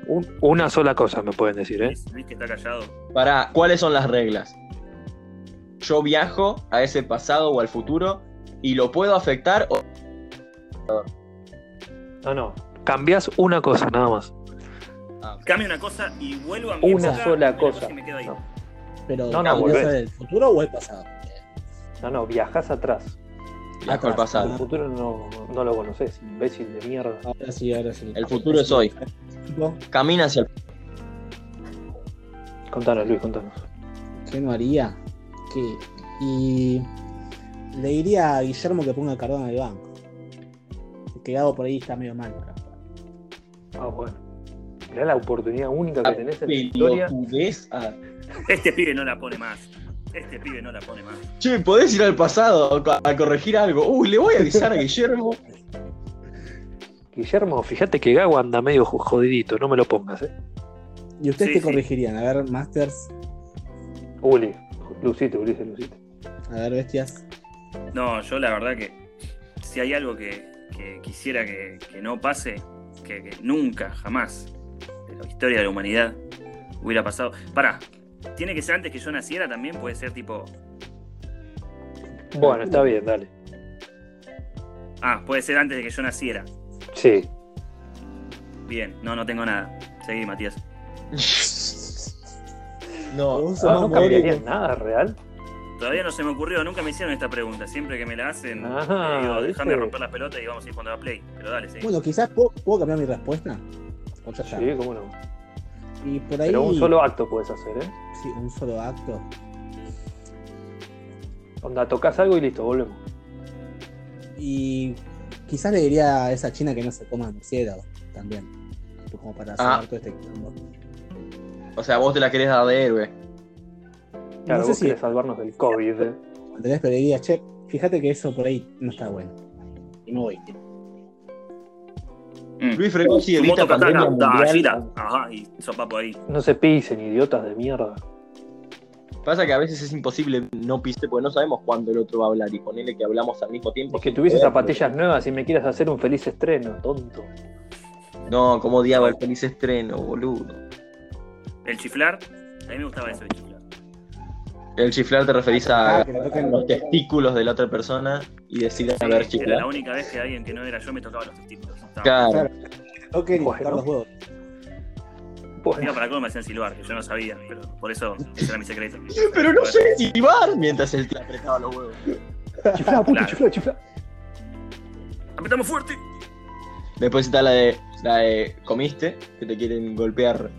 [SPEAKER 2] Un- una sola cosa me pueden decir, ¿eh?
[SPEAKER 3] Luis- Luis que está callado.
[SPEAKER 1] Para, ¿cuáles son las reglas? Yo viajo a ese pasado o al futuro y lo puedo afectar o
[SPEAKER 2] No, no. Cambias una cosa nada más.
[SPEAKER 3] Cambio una cosa y vuelvo a mi
[SPEAKER 2] Una
[SPEAKER 3] época,
[SPEAKER 2] sola
[SPEAKER 3] me
[SPEAKER 2] cosa.
[SPEAKER 3] y me quedo ahí.
[SPEAKER 2] No.
[SPEAKER 4] Pero
[SPEAKER 2] No,
[SPEAKER 4] no,
[SPEAKER 2] no,
[SPEAKER 4] no,
[SPEAKER 2] volvés.
[SPEAKER 4] el futuro o el pasado?
[SPEAKER 2] No, no, viajas atrás.
[SPEAKER 1] viajo al
[SPEAKER 2] El
[SPEAKER 1] pasado.
[SPEAKER 2] futuro no, no lo conoces, imbécil de mierda.
[SPEAKER 4] Ahora sí, ahora sí.
[SPEAKER 1] El futuro es hoy. Camina hacia el
[SPEAKER 2] Contanos, Luis, contanos.
[SPEAKER 4] ¿Qué no haría? ¿Qué? Y le diría a Guillermo que ponga Cardona en el banco. Que hago por ahí está medio mal.
[SPEAKER 2] Ah, bueno. Mirá la oportunidad única que tenés en la historia.
[SPEAKER 1] pelotudez. Ah.
[SPEAKER 3] Este pibe no la pone más. Este pibe no la pone más.
[SPEAKER 1] Che, ¿podés ir al pasado a- a corregir algo? Uy, le voy a avisar a Guillermo.
[SPEAKER 2] Guillermo, fíjate que Gago anda medio jo- jodidito, no me lo pongas, ¿eh?
[SPEAKER 4] ¿Y ustedes
[SPEAKER 3] Sí,
[SPEAKER 4] qué
[SPEAKER 3] sí.
[SPEAKER 4] corregirían? A ver, Masters.
[SPEAKER 2] Uli, Lucite, Ulises, Lucite.
[SPEAKER 4] A ver, bestias.
[SPEAKER 3] No, yo la verdad que si hay algo que, que quisiera que, que no pase, que, que nunca, jamás, de la historia de la humanidad hubiera pasado. Pará, tiene que ser antes que yo naciera también, puede ser tipo.
[SPEAKER 2] Bueno, está bien, dale.
[SPEAKER 3] Ah, puede ser antes de que yo naciera.
[SPEAKER 2] Sí.
[SPEAKER 3] Bien, no, no tengo nada. Seguí, Matías.
[SPEAKER 1] No,
[SPEAKER 4] Vos sos
[SPEAKER 2] Ah, ¿No
[SPEAKER 4] más
[SPEAKER 2] cambiarías
[SPEAKER 4] modélico.
[SPEAKER 2] nada real?
[SPEAKER 3] Todavía no se me ocurrió, nunca me hicieron esta pregunta. Siempre que me la hacen,
[SPEAKER 2] Ajá,
[SPEAKER 3] eh, digo, déjame
[SPEAKER 2] Ah, ¿viste?
[SPEAKER 3] romper las pelotas y vamos a ir cuando va play. Pero dale, seguí.
[SPEAKER 4] Bueno, quizás puedo, puedo cambiar mi respuesta. O ya está.
[SPEAKER 2] Sí, cómo no.
[SPEAKER 4] Y por ahí.
[SPEAKER 2] Pero un solo acto puedes hacer, ¿eh?
[SPEAKER 4] Sí, un solo acto.
[SPEAKER 2] Onda, tocas algo y listo, volvemos.
[SPEAKER 4] Y quizás le diría a esa china que no se coma murciélago también. Como para
[SPEAKER 1] Ah.
[SPEAKER 4] cerrar todo este quilombo.
[SPEAKER 1] o sea, vos te la querés dar de héroe.
[SPEAKER 2] Claro,
[SPEAKER 4] no sé
[SPEAKER 2] vos
[SPEAKER 4] si
[SPEAKER 2] querés salvarnos del COVID. ¿eh?
[SPEAKER 4] Andrés, pero diría, che, fíjate que eso por ahí no está bueno. Y me voy.
[SPEAKER 3] Mm.
[SPEAKER 1] Luis Fregón sigue en esta
[SPEAKER 3] Moto
[SPEAKER 1] pandemia
[SPEAKER 3] katana,
[SPEAKER 1] mundial.
[SPEAKER 3] tallita. Ajá, y sopapo ahí.
[SPEAKER 2] No se pisen, idiotas de mierda.
[SPEAKER 1] Pasa que a veces es imposible no piste porque no sabemos cuándo el otro va a hablar y ponerle que hablamos al mismo tiempo.
[SPEAKER 2] Es que tuviese zapatillas nuevas y me quieras hacer un feliz estreno, tonto.
[SPEAKER 1] No, como odiaba el feliz estreno, boludo.
[SPEAKER 3] El chiflar, a mí me gustaba eso, el chiflar.
[SPEAKER 1] El chiflar te referís a,
[SPEAKER 4] Ah, que le toquen-
[SPEAKER 1] a los testículos de la otra persona y decir a ver
[SPEAKER 3] Sí, era la
[SPEAKER 1] chiflar.
[SPEAKER 3] única vez que alguien que no era yo me tocaba los testículos. Estaba-
[SPEAKER 1] Claro.
[SPEAKER 4] Ok,
[SPEAKER 2] Bueno.
[SPEAKER 4] tocar los huevos.
[SPEAKER 3] Iba
[SPEAKER 2] Bueno,
[SPEAKER 3] para cómo me hacían silbar, que yo no sabía, pero por eso ese era mi secreto.
[SPEAKER 1] Pero no sé si silbar mientras el tío apretaba los huevos.
[SPEAKER 2] chiflá, puto,
[SPEAKER 3] Claro.
[SPEAKER 2] chiflá, chiflá.
[SPEAKER 3] ¡Apretamos fuerte!
[SPEAKER 1] Después está la de, la de comiste, que te quieren golpear.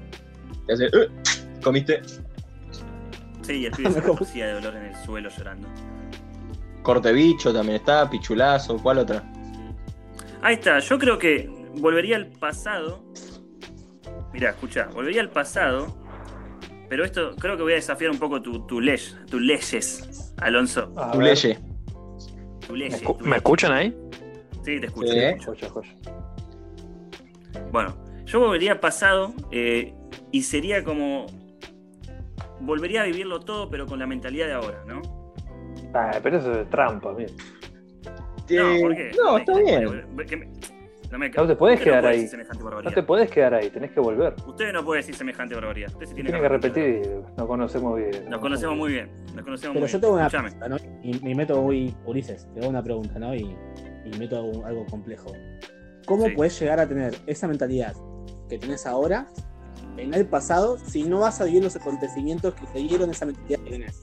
[SPEAKER 1] Te hace, "Eh, comiste,
[SPEAKER 3] Sí, y el pibe se retorcía de dolor en el suelo llorando.
[SPEAKER 1] corte bicho también está, pichulazo, ¿cuál otra?
[SPEAKER 3] Ahí está, yo creo que volvería al pasado. Mirá, escucha, volvería al pasado. Pero esto creo que voy a desafiar un poco tu, tu ley, tus leyes, Alonso.
[SPEAKER 2] A
[SPEAKER 1] Tu
[SPEAKER 2] ver.
[SPEAKER 1] leye.
[SPEAKER 3] Tu
[SPEAKER 2] ¿Me,
[SPEAKER 3] leyes.
[SPEAKER 2] escu-
[SPEAKER 3] tu
[SPEAKER 2] me
[SPEAKER 3] leyes.
[SPEAKER 2] escuchan ahí?
[SPEAKER 3] Sí, te escucho.
[SPEAKER 1] Sí.
[SPEAKER 3] te escucho.
[SPEAKER 2] Joya, joya.
[SPEAKER 3] Bueno, yo volvería al pasado eh, y sería como. Volvería a vivirlo todo, pero con la mentalidad de ahora, ¿no?
[SPEAKER 2] Ah, pero eso es trampa, mira.
[SPEAKER 1] Eh,
[SPEAKER 3] no, ¿por qué?
[SPEAKER 1] no,
[SPEAKER 3] me-
[SPEAKER 1] está bien.
[SPEAKER 3] bueno, que me- no, me,
[SPEAKER 2] No te podés
[SPEAKER 3] usted
[SPEAKER 2] quedar
[SPEAKER 3] puede
[SPEAKER 2] ahí.
[SPEAKER 3] decir semejante
[SPEAKER 2] No
[SPEAKER 3] barbaridad.
[SPEAKER 2] te podés quedar ahí, tenés que volver.
[SPEAKER 3] Usted no puede decir semejante barbaridad. Usted se tiene,
[SPEAKER 2] Tiene que repetir, nos conocemos bien.
[SPEAKER 3] Nos conocemos muy bien. Nos conocemos
[SPEAKER 4] Pero
[SPEAKER 3] muy
[SPEAKER 4] yo
[SPEAKER 3] bien.
[SPEAKER 4] tengo una
[SPEAKER 3] Escuchame.
[SPEAKER 4] pregunta, ¿no? Y, y meto hoy, Ulises, te hago una pregunta, ¿no? Y, y meto un- algo complejo. ¿Cómo
[SPEAKER 3] Sí.
[SPEAKER 4] puedes llegar a tener esa mentalidad que tenés ahora en el pasado si no vas a vivir los acontecimientos que te dieron esa mentalidad que tenés?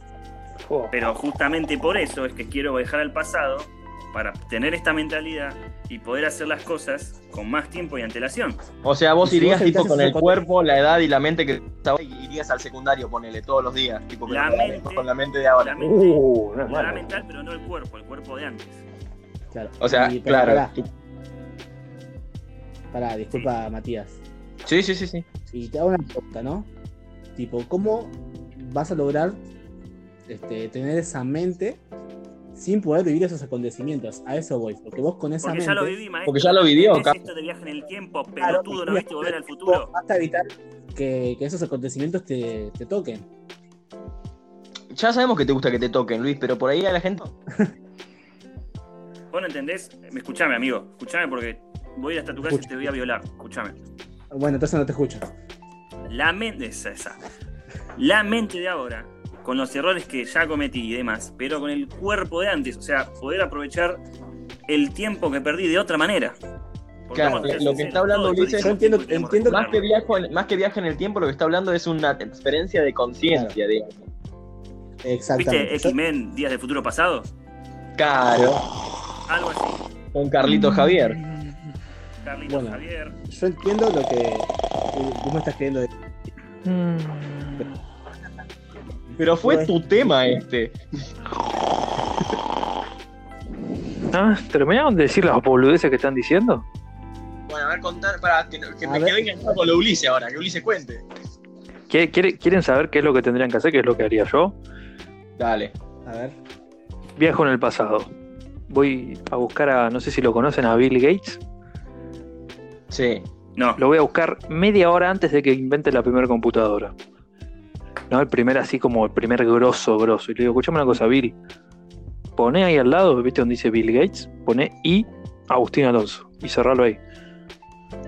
[SPEAKER 2] Oh,
[SPEAKER 3] Pero justamente por eso es que quiero viajar al pasado para tener esta mentalidad y poder hacer las cosas con más tiempo y antelación.
[SPEAKER 1] O sea, vos
[SPEAKER 4] Y si
[SPEAKER 1] irías
[SPEAKER 4] vos
[SPEAKER 1] tipo
[SPEAKER 4] evitás
[SPEAKER 1] con
[SPEAKER 4] esa
[SPEAKER 1] el
[SPEAKER 4] cosa-
[SPEAKER 1] cuerpo, la edad y la mente que y irías al secundario, ponele todos los días, tipo pero
[SPEAKER 3] La
[SPEAKER 1] con,
[SPEAKER 3] mente-
[SPEAKER 1] con la mente de ahora.
[SPEAKER 3] La mente,
[SPEAKER 2] uh, no es
[SPEAKER 3] la edad
[SPEAKER 2] malo.
[SPEAKER 3] mental, pero no el cuerpo, el cuerpo de antes.
[SPEAKER 4] Claro.
[SPEAKER 1] O sea,
[SPEAKER 4] Y- pero
[SPEAKER 1] claro.
[SPEAKER 4] Pará,
[SPEAKER 1] tú-
[SPEAKER 4] pará, disculpa, Matías.
[SPEAKER 1] Sí, sí, sí, sí.
[SPEAKER 4] Y te hago una pregunta, ¿no? Tipo, ¿cómo vas a lograr este, tener esa mente sin poder vivir esos acontecimientos? A eso voy. Porque vos con esa
[SPEAKER 3] Porque
[SPEAKER 4] mente.
[SPEAKER 3] ya lo viví, maestro.
[SPEAKER 1] Porque ya lo vivió,
[SPEAKER 3] ¿Ves
[SPEAKER 1] Cap.
[SPEAKER 3] esto de viaje en el tiempo,
[SPEAKER 4] Claro,
[SPEAKER 3] pelotudo, ¿no viste volver al futuro?
[SPEAKER 4] Vas a evitar que, que esos acontecimientos te, te toquen.
[SPEAKER 1] Ya sabemos que te gusta que te toquen, Luis, pero por ahí a la gente.
[SPEAKER 3] Vos no entendés, me escuchame, amigo, escuchame porque voy a ir hasta tu casa y te voy a violar, escuchame.
[SPEAKER 4] Bueno, entonces no te escucho.
[SPEAKER 3] La mente esa, esa. La mente de ahora, con los errores que ya cometí y demás, pero con el cuerpo de antes, o sea, poder aprovechar el tiempo que perdí de otra manera. Porque
[SPEAKER 1] Claro,
[SPEAKER 3] vamos a ser
[SPEAKER 1] lo que está
[SPEAKER 3] sinceros,
[SPEAKER 1] hablando
[SPEAKER 3] todos
[SPEAKER 1] Ulises-
[SPEAKER 3] perdimos
[SPEAKER 4] Yo entiendo-
[SPEAKER 3] tiempo y tenemos
[SPEAKER 4] entiendo-
[SPEAKER 3] recuperarlo.
[SPEAKER 1] Más que, viajo en- más que viaje en el tiempo, lo que está hablando es una experiencia de conciencia, digamos.
[SPEAKER 4] Exactamente.
[SPEAKER 3] ¿Viste X-Men, Días del Futuro Pasado?
[SPEAKER 1] Claro,
[SPEAKER 3] Algo así.
[SPEAKER 1] con Carlito
[SPEAKER 4] Mm.
[SPEAKER 1] Javier.
[SPEAKER 3] Carlitos
[SPEAKER 4] Bueno.
[SPEAKER 3] Javier.
[SPEAKER 4] Yo, yo entiendo lo que eh, tú me estás queriendo decir.
[SPEAKER 2] Mm.
[SPEAKER 1] Pero fue
[SPEAKER 4] Pues-
[SPEAKER 1] tu tema este.
[SPEAKER 2] Ah, ¿Terminaron de decir las boludeces que están diciendo?
[SPEAKER 1] Bueno, a ver, contar, para que,
[SPEAKER 4] A me- que ver.
[SPEAKER 1] venga con lo Ulises ahora, que Ulises cuente.
[SPEAKER 2] ¿Qué- quiere- ¿Quieren saber qué es lo que tendrían que hacer? ¿Qué es lo que haría yo?
[SPEAKER 1] Dale.
[SPEAKER 4] A ver.
[SPEAKER 2] Viajo en el pasado. Voy a buscar a, no sé si lo conocen, a Bill Gates.
[SPEAKER 1] Sí.
[SPEAKER 3] No,
[SPEAKER 2] Lo voy a buscar media hora antes de que invente la primera computadora. No, el primer así como el primer grosso, grosso. Y le digo, escuchame una cosa, Bill. Poné ahí al lado, ¿viste donde dice Bill Gates? Poné y Agustín Alonso. Y cerralo ahí.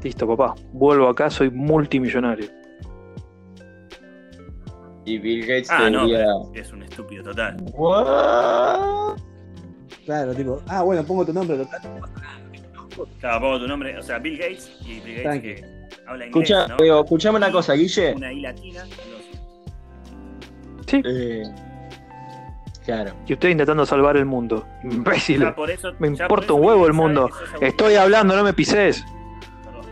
[SPEAKER 2] Listo, papá. Vuelvo acá, soy multimillonario.
[SPEAKER 1] Y Bill Gates
[SPEAKER 3] Ah,
[SPEAKER 1] te
[SPEAKER 3] no.
[SPEAKER 1] diría,
[SPEAKER 3] es un estúpido total.
[SPEAKER 1] "What?".
[SPEAKER 4] Claro, tipo, ah, bueno, pongo tu nombre, total.
[SPEAKER 3] Claro, pongo tu nombre, o sea, Bill Gates y Bill Gates
[SPEAKER 4] Tranqui.
[SPEAKER 3] que habla inglés,
[SPEAKER 1] Escucha,
[SPEAKER 3] ¿no?
[SPEAKER 1] pero escuchame una cosa, Guille.
[SPEAKER 3] Una I latina. no.
[SPEAKER 1] Eh, claro.
[SPEAKER 2] Y usted intentando salvar el mundo. Imbécil.
[SPEAKER 3] Ya por eso-
[SPEAKER 2] Me
[SPEAKER 3] ya
[SPEAKER 2] importa
[SPEAKER 3] por eso
[SPEAKER 2] un huevo
[SPEAKER 3] Bill
[SPEAKER 2] el mundo.
[SPEAKER 3] sabe que sos
[SPEAKER 2] Estoy hablando, no me pises.
[SPEAKER 3] aburrido. Perdón.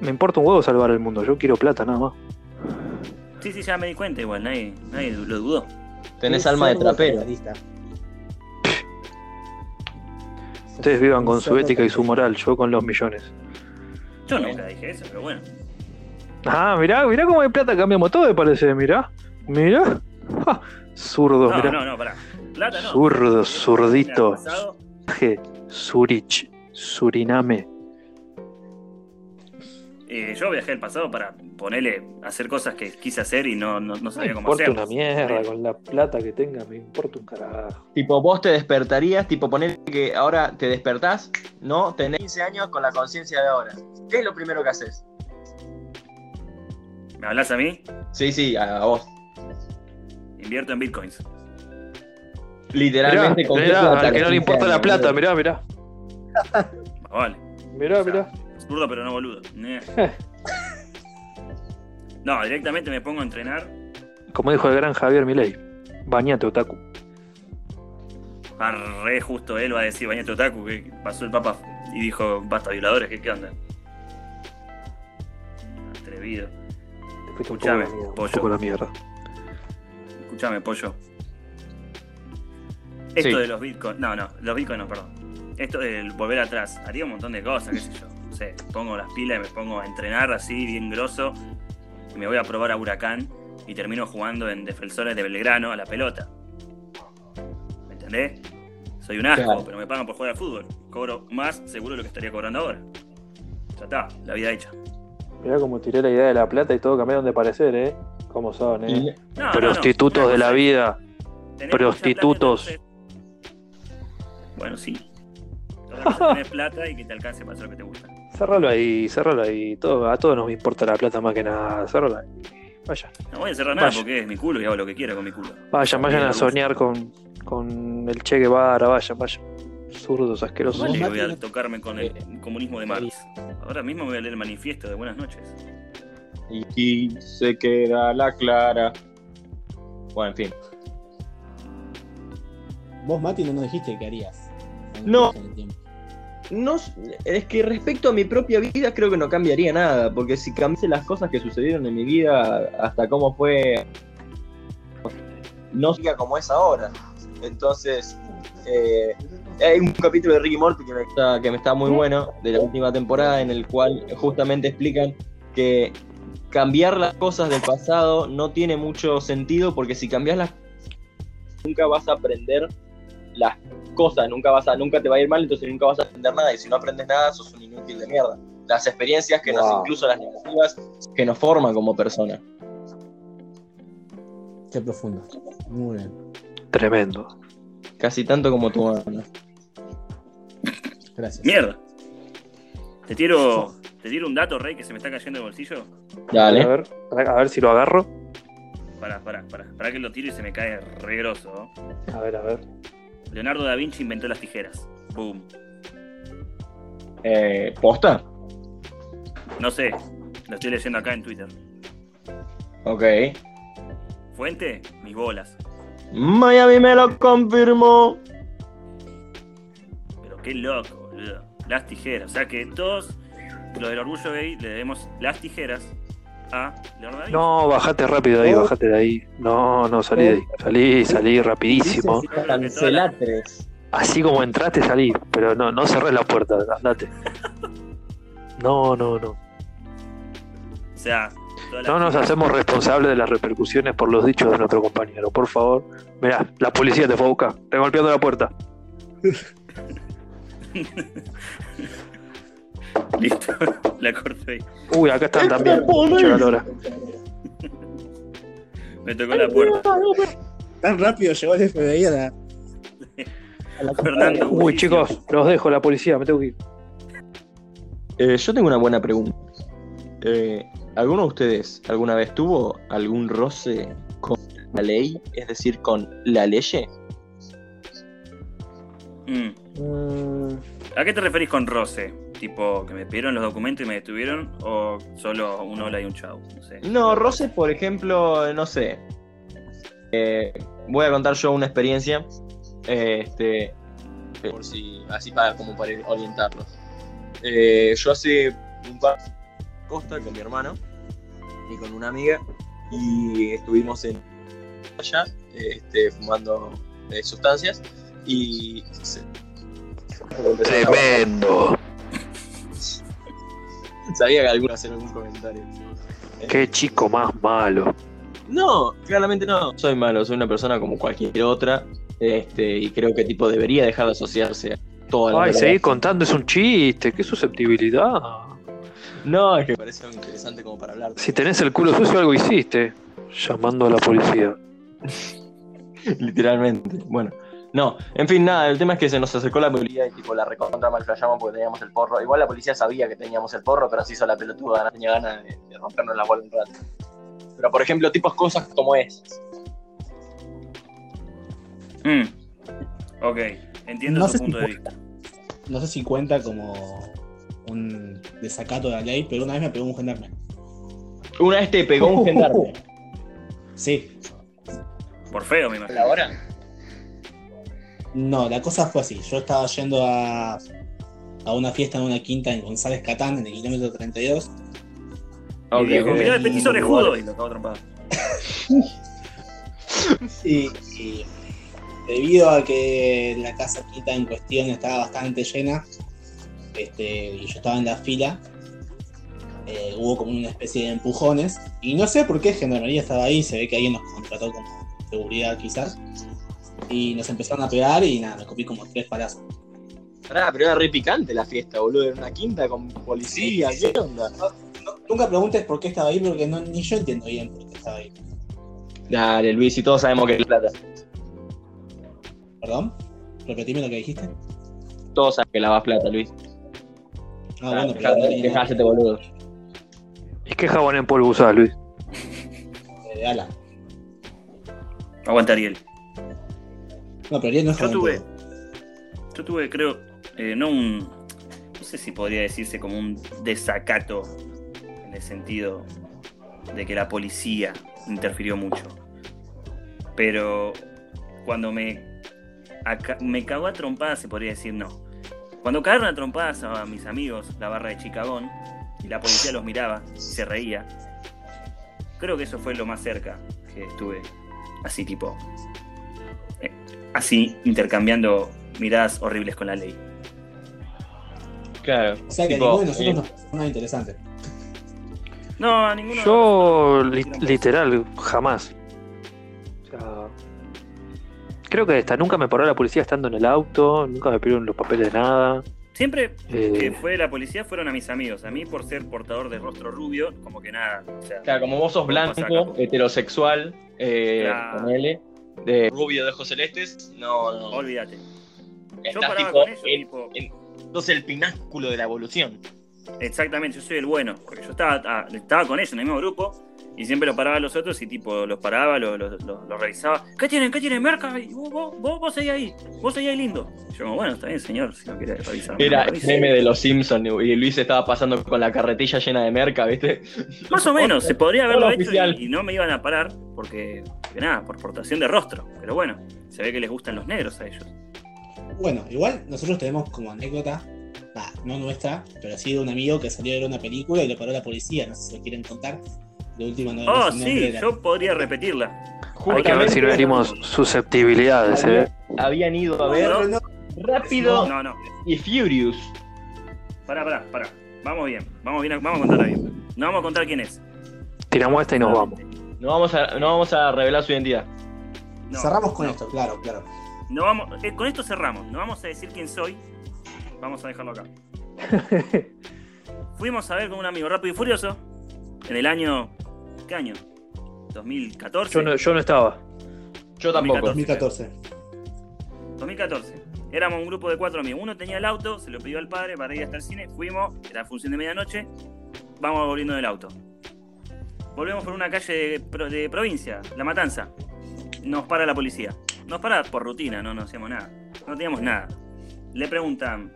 [SPEAKER 2] Me importa un huevo salvar el mundo. Yo quiero plata nada más.
[SPEAKER 3] Sí, sí, ya me di cuenta igual, nadie, nadie lo dudó.
[SPEAKER 1] Tenés alma de trapero.
[SPEAKER 2] Ustedes vivan con su ética y su moral. Yo con los millones.
[SPEAKER 3] Yo nunca dije eso, pero bueno.
[SPEAKER 2] Ah, mirá, mirá cómo de plata cambiamos todo, me parece. Mirá, mirá. Ja, zurdos,
[SPEAKER 3] No,
[SPEAKER 2] mirá.
[SPEAKER 3] no, no, pará. Plata no.
[SPEAKER 2] Zurdo, zurdito.
[SPEAKER 3] Pasado,
[SPEAKER 2] Je, Zurich, Suriname.
[SPEAKER 3] eh, yo viajé al pasado para ponerle, hacer cosas que quise hacer y no, no, no
[SPEAKER 2] No me
[SPEAKER 3] sabía cómo
[SPEAKER 2] importa
[SPEAKER 3] hacer.
[SPEAKER 2] una mierda con la plata que tenga, me importa un carajo.
[SPEAKER 1] Tipo, vos te despertarías, tipo, poner que ahora te despertás, ¿no? Tenés 15 años con la conciencia de ahora. ¿Qué es lo primero que haces?
[SPEAKER 3] ¿Me hablas a mí?
[SPEAKER 1] Sí, sí, a a vos.
[SPEAKER 3] Invierto en bitcoins.
[SPEAKER 1] Literalmente
[SPEAKER 2] Mirá,
[SPEAKER 1] con qué
[SPEAKER 2] mirá,
[SPEAKER 1] plata
[SPEAKER 2] al que no
[SPEAKER 1] 15
[SPEAKER 2] le importa la
[SPEAKER 1] años,
[SPEAKER 2] plata,
[SPEAKER 1] boludo.
[SPEAKER 2] mirá, mirá.
[SPEAKER 3] Ah, Vale.
[SPEAKER 2] Mirá, mirá.
[SPEAKER 3] Zurdo, pero no boludo. Eh. No, directamente me pongo a entrenar.
[SPEAKER 2] Como dijo el gran Javier Milei, bañate, otaku.
[SPEAKER 3] Ah, Re justo él va a decir Bañate Otaku, que pasó el Papa y dijo basta violadores, ¿qué, qué onda? Atrevido.
[SPEAKER 2] Te fuiste un poco,
[SPEAKER 3] Escuchame,
[SPEAKER 2] la mierda, un
[SPEAKER 3] pollo.
[SPEAKER 2] poco la mierda.
[SPEAKER 3] Escuchame, pollo. Esto
[SPEAKER 1] Sí.
[SPEAKER 3] de los bitcoins. No, no, los bitcoins no, perdón. Esto del volver atrás. Haría un montón de cosas, qué sé yo. No sé, pongo las pilas y me pongo a entrenar así, bien grosso. Y me voy a probar a Huracán y termino jugando en defensores de Belgrano a la pelota. ¿Me entendés? Soy un asco,
[SPEAKER 1] Claro.
[SPEAKER 3] pero me pagan por jugar al fútbol. Cobro más seguro de lo que estaría cobrando ahora. Ya está, la vida hecha.
[SPEAKER 2] Mirá cómo tiré la idea de la plata y todo cambiaron de parecer, ¿eh? ¿Cómo son, eh?
[SPEAKER 1] Y-
[SPEAKER 3] No, no, no.
[SPEAKER 2] Prostitutos
[SPEAKER 3] Una
[SPEAKER 2] de la
[SPEAKER 3] cosa es
[SPEAKER 2] vida.
[SPEAKER 3] Tenés
[SPEAKER 2] Prostitutos.
[SPEAKER 3] mucha plata, entonces- Bueno, sí. Otra cosa es tener plata y que te alcance para hacer lo que te gusta.
[SPEAKER 2] Cerralo ahí, cerralo ahí. Todo, a todos nos importa la plata más que nada. Cerralo ahí. Vayan,
[SPEAKER 3] No voy a cerrar nada
[SPEAKER 2] Vaya.
[SPEAKER 3] porque es mi culo y hago lo que quiera con mi culo.
[SPEAKER 2] vayan, vayan
[SPEAKER 3] Bien,
[SPEAKER 2] a
[SPEAKER 3] Agus.
[SPEAKER 2] soñar con, con el Che Guevara, vayan, vayan. Zurdos asquerosos.
[SPEAKER 3] Vale,
[SPEAKER 4] Vos,
[SPEAKER 3] voy a
[SPEAKER 4] Mati,
[SPEAKER 3] tocarme con el comunismo de Marx. Ahora mismo voy a leer el manifiesto de Buenas noches.
[SPEAKER 1] Y aquí se queda la clara. Bueno, en fin.
[SPEAKER 4] Vos, Mati, no nos dijiste qué harías. en
[SPEAKER 1] No.
[SPEAKER 4] el tiempo.
[SPEAKER 1] No, s- es que respecto a mi propia vida creo que no cambiaría nada, porque si cambiase las cosas que sucedieron en mi vida hasta cómo fue, no sería como es ahora. Entonces, eh, hay un capítulo de Ricky Morty que me, está, que me está muy bueno, de la última temporada, en el cual justamente explican que cambiar las cosas del pasado no tiene mucho sentido, porque si cambias las nunca vas a aprender las cosas, nunca vas a, nunca te va a ir mal, entonces nunca vas a aprender nada, y si no aprendes nada, sos un inútil de mierda. Las experiencias que nos,
[SPEAKER 4] Wow.
[SPEAKER 1] incluso las negativas, que nos forman como persona.
[SPEAKER 4] Qué profundo. Muy bien.
[SPEAKER 2] Tremendo.
[SPEAKER 1] Casi tanto como tu hermana.
[SPEAKER 4] Gracias.
[SPEAKER 3] Mierda. Te tiro, te tiro un dato, Rey, que se me está cayendo del bolsillo.
[SPEAKER 2] A
[SPEAKER 1] Dale.
[SPEAKER 2] ver, a ver si lo agarro.
[SPEAKER 3] Pará, pará, pará. Pará que lo tiro y se me cae re grosso. ¿no?
[SPEAKER 2] A ver, a ver.
[SPEAKER 3] Leonardo da Vinci inventó las tijeras. Boom.
[SPEAKER 1] Eh, ¿Posta?
[SPEAKER 3] No sé. Lo estoy leyendo acá en Twitter.
[SPEAKER 1] Ok.
[SPEAKER 3] Fuente, mis bolas.
[SPEAKER 1] Miami me lo confirmó.
[SPEAKER 3] Pero qué loco, boludo. Las tijeras. O sea que todos lo del orgullo gay le debemos las tijeras a Leonardo da Vinci.
[SPEAKER 2] No, bajate rápido de ahí, bajate de ahí. No, no, salí de ahí. Salí, salí rapidísimo.
[SPEAKER 3] Creo que todas las-
[SPEAKER 1] Cancelatres.
[SPEAKER 2] Así como entraste, salí. Pero no, no cerrés la puerta, andate. No, no, no.
[SPEAKER 3] O sea, todas las
[SPEAKER 2] No nos
[SPEAKER 3] tijeras.
[SPEAKER 2] hacemos responsables de las repercusiones por los dichos de nuestro compañero, por favor. Mirá, la policía te fue a buscar. Te golpeando la puerta.
[SPEAKER 3] Listo. La corto ahí.
[SPEAKER 2] Uy, acá están también. Mucho calor.
[SPEAKER 3] Me tocó la puerta.
[SPEAKER 4] Tan rápido llegó el FBI a la. a la
[SPEAKER 3] Fernando.
[SPEAKER 2] Uy, chicos, los dejo, la policía, me tengo que ir.
[SPEAKER 1] Eh, yo tengo una buena pregunta. Eh, ¿Alguno de ustedes alguna vez tuvo algún roce con la ley? Es decir, con la ley.
[SPEAKER 3] Mm.
[SPEAKER 4] Mm,
[SPEAKER 3] ¿A qué te referís con roce? Tipo, que me pidieron los documentos y me detuvieron, o solo un hola y un chau. No, sé.
[SPEAKER 1] No, roces, por ejemplo, no sé. Eh, voy a contar yo una experiencia. eh, este, por si, así para, como para orientarlos. Eh, yo hace un par costa con mi hermano y con una amiga y estuvimos en allá este, fumando eh, sustancias y se-
[SPEAKER 2] Tremendo.
[SPEAKER 1] sabía que alguno iba a hacer algún comentario.
[SPEAKER 2] Qué chico más malo.
[SPEAKER 1] No, claramente no. Soy malo, soy una persona como cualquier otra. Este, y creo que tipo debería dejar de asociarse a toda la
[SPEAKER 2] Ay,
[SPEAKER 1] verdad.
[SPEAKER 2] seguir contando es un chiste, qué susceptibilidad.
[SPEAKER 1] No, es que me parece interesante como para hablar.
[SPEAKER 2] Si tenés el culo sucio, algo hiciste. Llamando a la policía.
[SPEAKER 1] Literalmente. Bueno. No, en fin, nada, el tema es que se nos acercó la policía y tipo la recontra mal flashamos porque teníamos el porro. Igual la policía sabía que teníamos el porro, pero se hizo la pelotuda, no tenía ganas de, de rompernos la bola un rato. Pero por ejemplo, tipos cosas como esas.
[SPEAKER 3] Mm. Ok, entiendo
[SPEAKER 4] No
[SPEAKER 3] tu
[SPEAKER 4] sé
[SPEAKER 3] punto
[SPEAKER 4] si
[SPEAKER 3] de vista.
[SPEAKER 4] no sé si cuenta como un desacato de la ley, pero una vez me pegó un gendarme.
[SPEAKER 1] Una vez te pegó un gendarme.
[SPEAKER 4] Sí.
[SPEAKER 3] Por feo, me imagino.
[SPEAKER 1] ¿Ahora?
[SPEAKER 4] No, la cosa fue así. Yo estaba yendo a, a una fiesta en una quinta en González Catán, en el kilómetro 32.
[SPEAKER 3] Y dijo, mirá el
[SPEAKER 4] ok.
[SPEAKER 3] petiso orejudo. Y lo acabo trompado.
[SPEAKER 4] Y, y debido a que la casa quinta en cuestión estaba bastante llena, este, y yo estaba en la fila, eh, hubo como una especie de empujones. Y no sé por qué Gendarmería estaba ahí, se ve que alguien nos contrató como seguridad quizás. Y nos empezaron a pegar y nada, me copí como tres palazos.
[SPEAKER 1] Pará, pero era re picante la fiesta, boludo. Era una quinta con policía, ¿qué onda?
[SPEAKER 4] No- nunca preguntes por qué estaba ahí, porque no, ni yo entiendo bien por qué estaba ahí.
[SPEAKER 1] Dale, Luis, y todos sabemos que es plata.
[SPEAKER 4] ¿Perdón? Repetime lo que dijiste. Ah,
[SPEAKER 1] Todos saben que lavas plata, Luis. Ah,
[SPEAKER 4] Ah, bueno, pero no tenía
[SPEAKER 1] Cállate,
[SPEAKER 4] nada.
[SPEAKER 1] cállate, boludo.
[SPEAKER 2] ¿Y qué jabón en polvo usás, Luis?
[SPEAKER 4] Eh, ala.
[SPEAKER 3] Aguanta, Ariel.
[SPEAKER 4] No, pero ya no es
[SPEAKER 3] Yo
[SPEAKER 4] joven,
[SPEAKER 3] tuve.
[SPEAKER 4] pero-
[SPEAKER 3] Yo tuve, creo, eh, no un. No sé si podría decirse como un desacato en el sentido de que la policía interfirió mucho. Pero cuando me a ca- me cagó a trompadas, se podría decir no. Cuando cagaron a trompadas a mis amigos, la barra de Chicagón, y la policía los miraba y se reía, creo que eso fue lo más cerca que estuve. Así tipo. eh, así intercambiando miradas horribles con la ley.
[SPEAKER 1] Claro.
[SPEAKER 4] O sea que
[SPEAKER 1] tipo,
[SPEAKER 4] ninguno de nosotros
[SPEAKER 1] eh,
[SPEAKER 4] nos pasó nada interesante.
[SPEAKER 3] No, a ninguno.
[SPEAKER 2] Yo, li- literal, jamás. O sea, creo que esta, nunca me paró la policía estando en el auto, nunca me pidieron los papeles de nada.
[SPEAKER 3] Siempre que
[SPEAKER 2] Eh,
[SPEAKER 3] fue la policía fueron a mis amigos. A mí por ser portador de rostro rubio, como que nada. o sea,
[SPEAKER 5] Claro, como vos sos blanco, heterosexual, eh,
[SPEAKER 3] Claro.
[SPEAKER 5] ponele, de-
[SPEAKER 1] Rubio de ojos celestes, no, no.
[SPEAKER 3] olvídate. Yo
[SPEAKER 1] Estás
[SPEAKER 3] paraba
[SPEAKER 1] tipo,
[SPEAKER 3] con ellos,
[SPEAKER 1] el-
[SPEAKER 3] tipo,
[SPEAKER 1] sos el pináculo de la evolución.
[SPEAKER 3] Exactamente, yo soy el bueno, porque yo estaba, ah, estaba con ellos en el mismo grupo y siempre los paraba a los otros y tipo los paraba, los, los, los- los revisaba. ¿Qué tienen? ¿Qué tienen? Merca, Y vos, vos, vos, vos seguí ahí, vos seguí ahí lindo. Yo como, bueno, está bien señor, si no quiere revisar. no
[SPEAKER 5] era
[SPEAKER 3] me revise.
[SPEAKER 5] meme de los Simpsons y Luis estaba pasando con la carretilla llena de merca, ¿viste?
[SPEAKER 3] Más o menos, se podría haberlo
[SPEAKER 5] Hola,
[SPEAKER 3] hecho
[SPEAKER 5] oficial.
[SPEAKER 3] y, y no me iban a parar porque, porque nada, por portación de rostro. Pero bueno, se ve que les gustan los negros a ellos.
[SPEAKER 4] Bueno, igual nosotros tenemos como anécdota, va, no nuestra, pero sí de un amigo que salió a ver una película y lo paró la policía, no sé si lo quieren contar. De última no
[SPEAKER 3] Oh,
[SPEAKER 4] vemos el nombre
[SPEAKER 3] sí,
[SPEAKER 4] de la-
[SPEAKER 3] yo podría repetirla.
[SPEAKER 2] hay que ver si no herimos susceptibilidades, ¿eh?
[SPEAKER 5] Habían, habían ido a ver
[SPEAKER 4] No, no, no,
[SPEAKER 5] Rápido
[SPEAKER 3] No, no,
[SPEAKER 5] y Furious.
[SPEAKER 3] pará, pará, pará. Vamos bien, vamos bien, a- vamos a contarla bien. No vamos a contar quién es.
[SPEAKER 2] Tiramos esta y nos vamos.
[SPEAKER 5] No vamos a, no vamos a revelar su identidad.
[SPEAKER 3] No.
[SPEAKER 4] Cerramos con esto, claro, claro.
[SPEAKER 3] No vamos, eh, con esto cerramos. No vamos a decir quién soy. Vamos a dejarlo acá. Fuimos a ver con un amigo rápido y furioso en el año. ¿Qué año? 2014.
[SPEAKER 2] Yo no, yo no estaba.
[SPEAKER 5] Yo tampoco.
[SPEAKER 4] 2014.
[SPEAKER 3] 2014. Éramos un grupo de cuatro amigos. Uno tenía el auto, se lo pidió al padre para ir hasta el cine. Fuimos, era función de medianoche. Vamos volviendo del auto. Volvemos por una calle de, pro- de provincia, La Matanza. Nos para la policía. Nos para por rutina, no, no hacíamos nada. No teníamos nada. Le preguntan,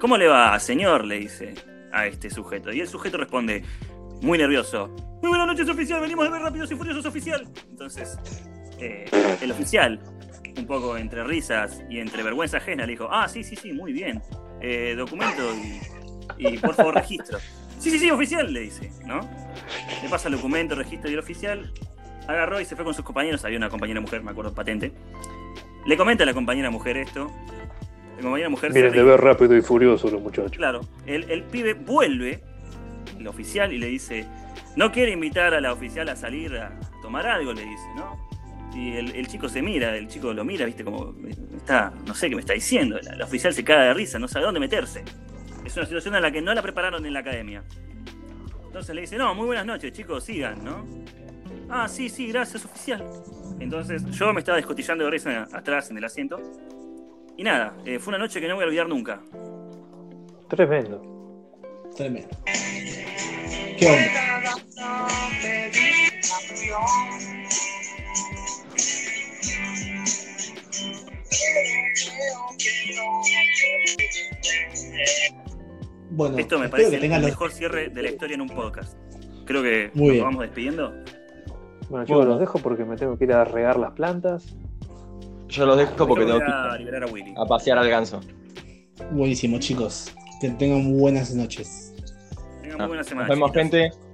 [SPEAKER 3] ¿cómo le va, señor? Le dice a este sujeto. Y el sujeto responde, muy nervioso. Muy buenas noches, oficial. Venimos a ver Rápidos y Furiosos, oficial. Entonces, eh, el oficial, un poco entre risas y entre vergüenza ajena, le dijo, ah, sí, sí, sí, muy bien. Eh, documento y, y, por favor registro. Sí, sí, sí, oficial, le dice, ¿no? Le pasa el documento, registro y el oficial agarró y se fue con sus compañeros. Había una compañera mujer, me acuerdo, patente. Le comenta a la compañera mujer esto. La compañera mujer se
[SPEAKER 2] Miren, de
[SPEAKER 3] ríe.
[SPEAKER 2] ver rápido y furioso los muchachos.
[SPEAKER 3] Claro, el, el pibe vuelve, el oficial, y le dice, no quiere invitar a la oficial a salir a tomar algo, le dice, ¿no? Y el, el chico se mira, el chico lo mira, viste, como eh, está, no sé qué me está diciendo, la, la oficial se caga de risa, no sabe dónde meterse. Es una situación a la que no la prepararon en la academia. Entonces le dice, no, muy buenas noches, chicos, sigan, ¿no? Ah, sí, sí, gracias, oficial. Entonces yo me estaba descotillando de risa atrás en el asiento. Y nada, eh, fue una noche que no voy a olvidar nunca.
[SPEAKER 2] Tremendo.
[SPEAKER 4] Tremendo. ¿Qué onda? Bueno,
[SPEAKER 3] Esto me
[SPEAKER 4] espero
[SPEAKER 3] parece
[SPEAKER 4] que
[SPEAKER 3] el
[SPEAKER 4] tengan los-
[SPEAKER 3] mejor cierre de la historia en un podcast. Creo que
[SPEAKER 4] Muy
[SPEAKER 3] nos
[SPEAKER 4] bien.
[SPEAKER 3] vamos despidiendo.
[SPEAKER 2] Bueno, chicos, los dejo porque me tengo que ir a regar las plantas.
[SPEAKER 5] Yo los dejo porque tengo
[SPEAKER 3] Yo voy
[SPEAKER 5] que Ah,
[SPEAKER 3] a
[SPEAKER 5] ir
[SPEAKER 3] liberar a Willy.
[SPEAKER 5] a pasear al ganso.
[SPEAKER 4] Buenísimo, chicos. Que tengan buenas noches.
[SPEAKER 3] Tengan
[SPEAKER 5] No.
[SPEAKER 3] muy buena semana.
[SPEAKER 5] Nos vemos,
[SPEAKER 3] chicos.
[SPEAKER 5] gente.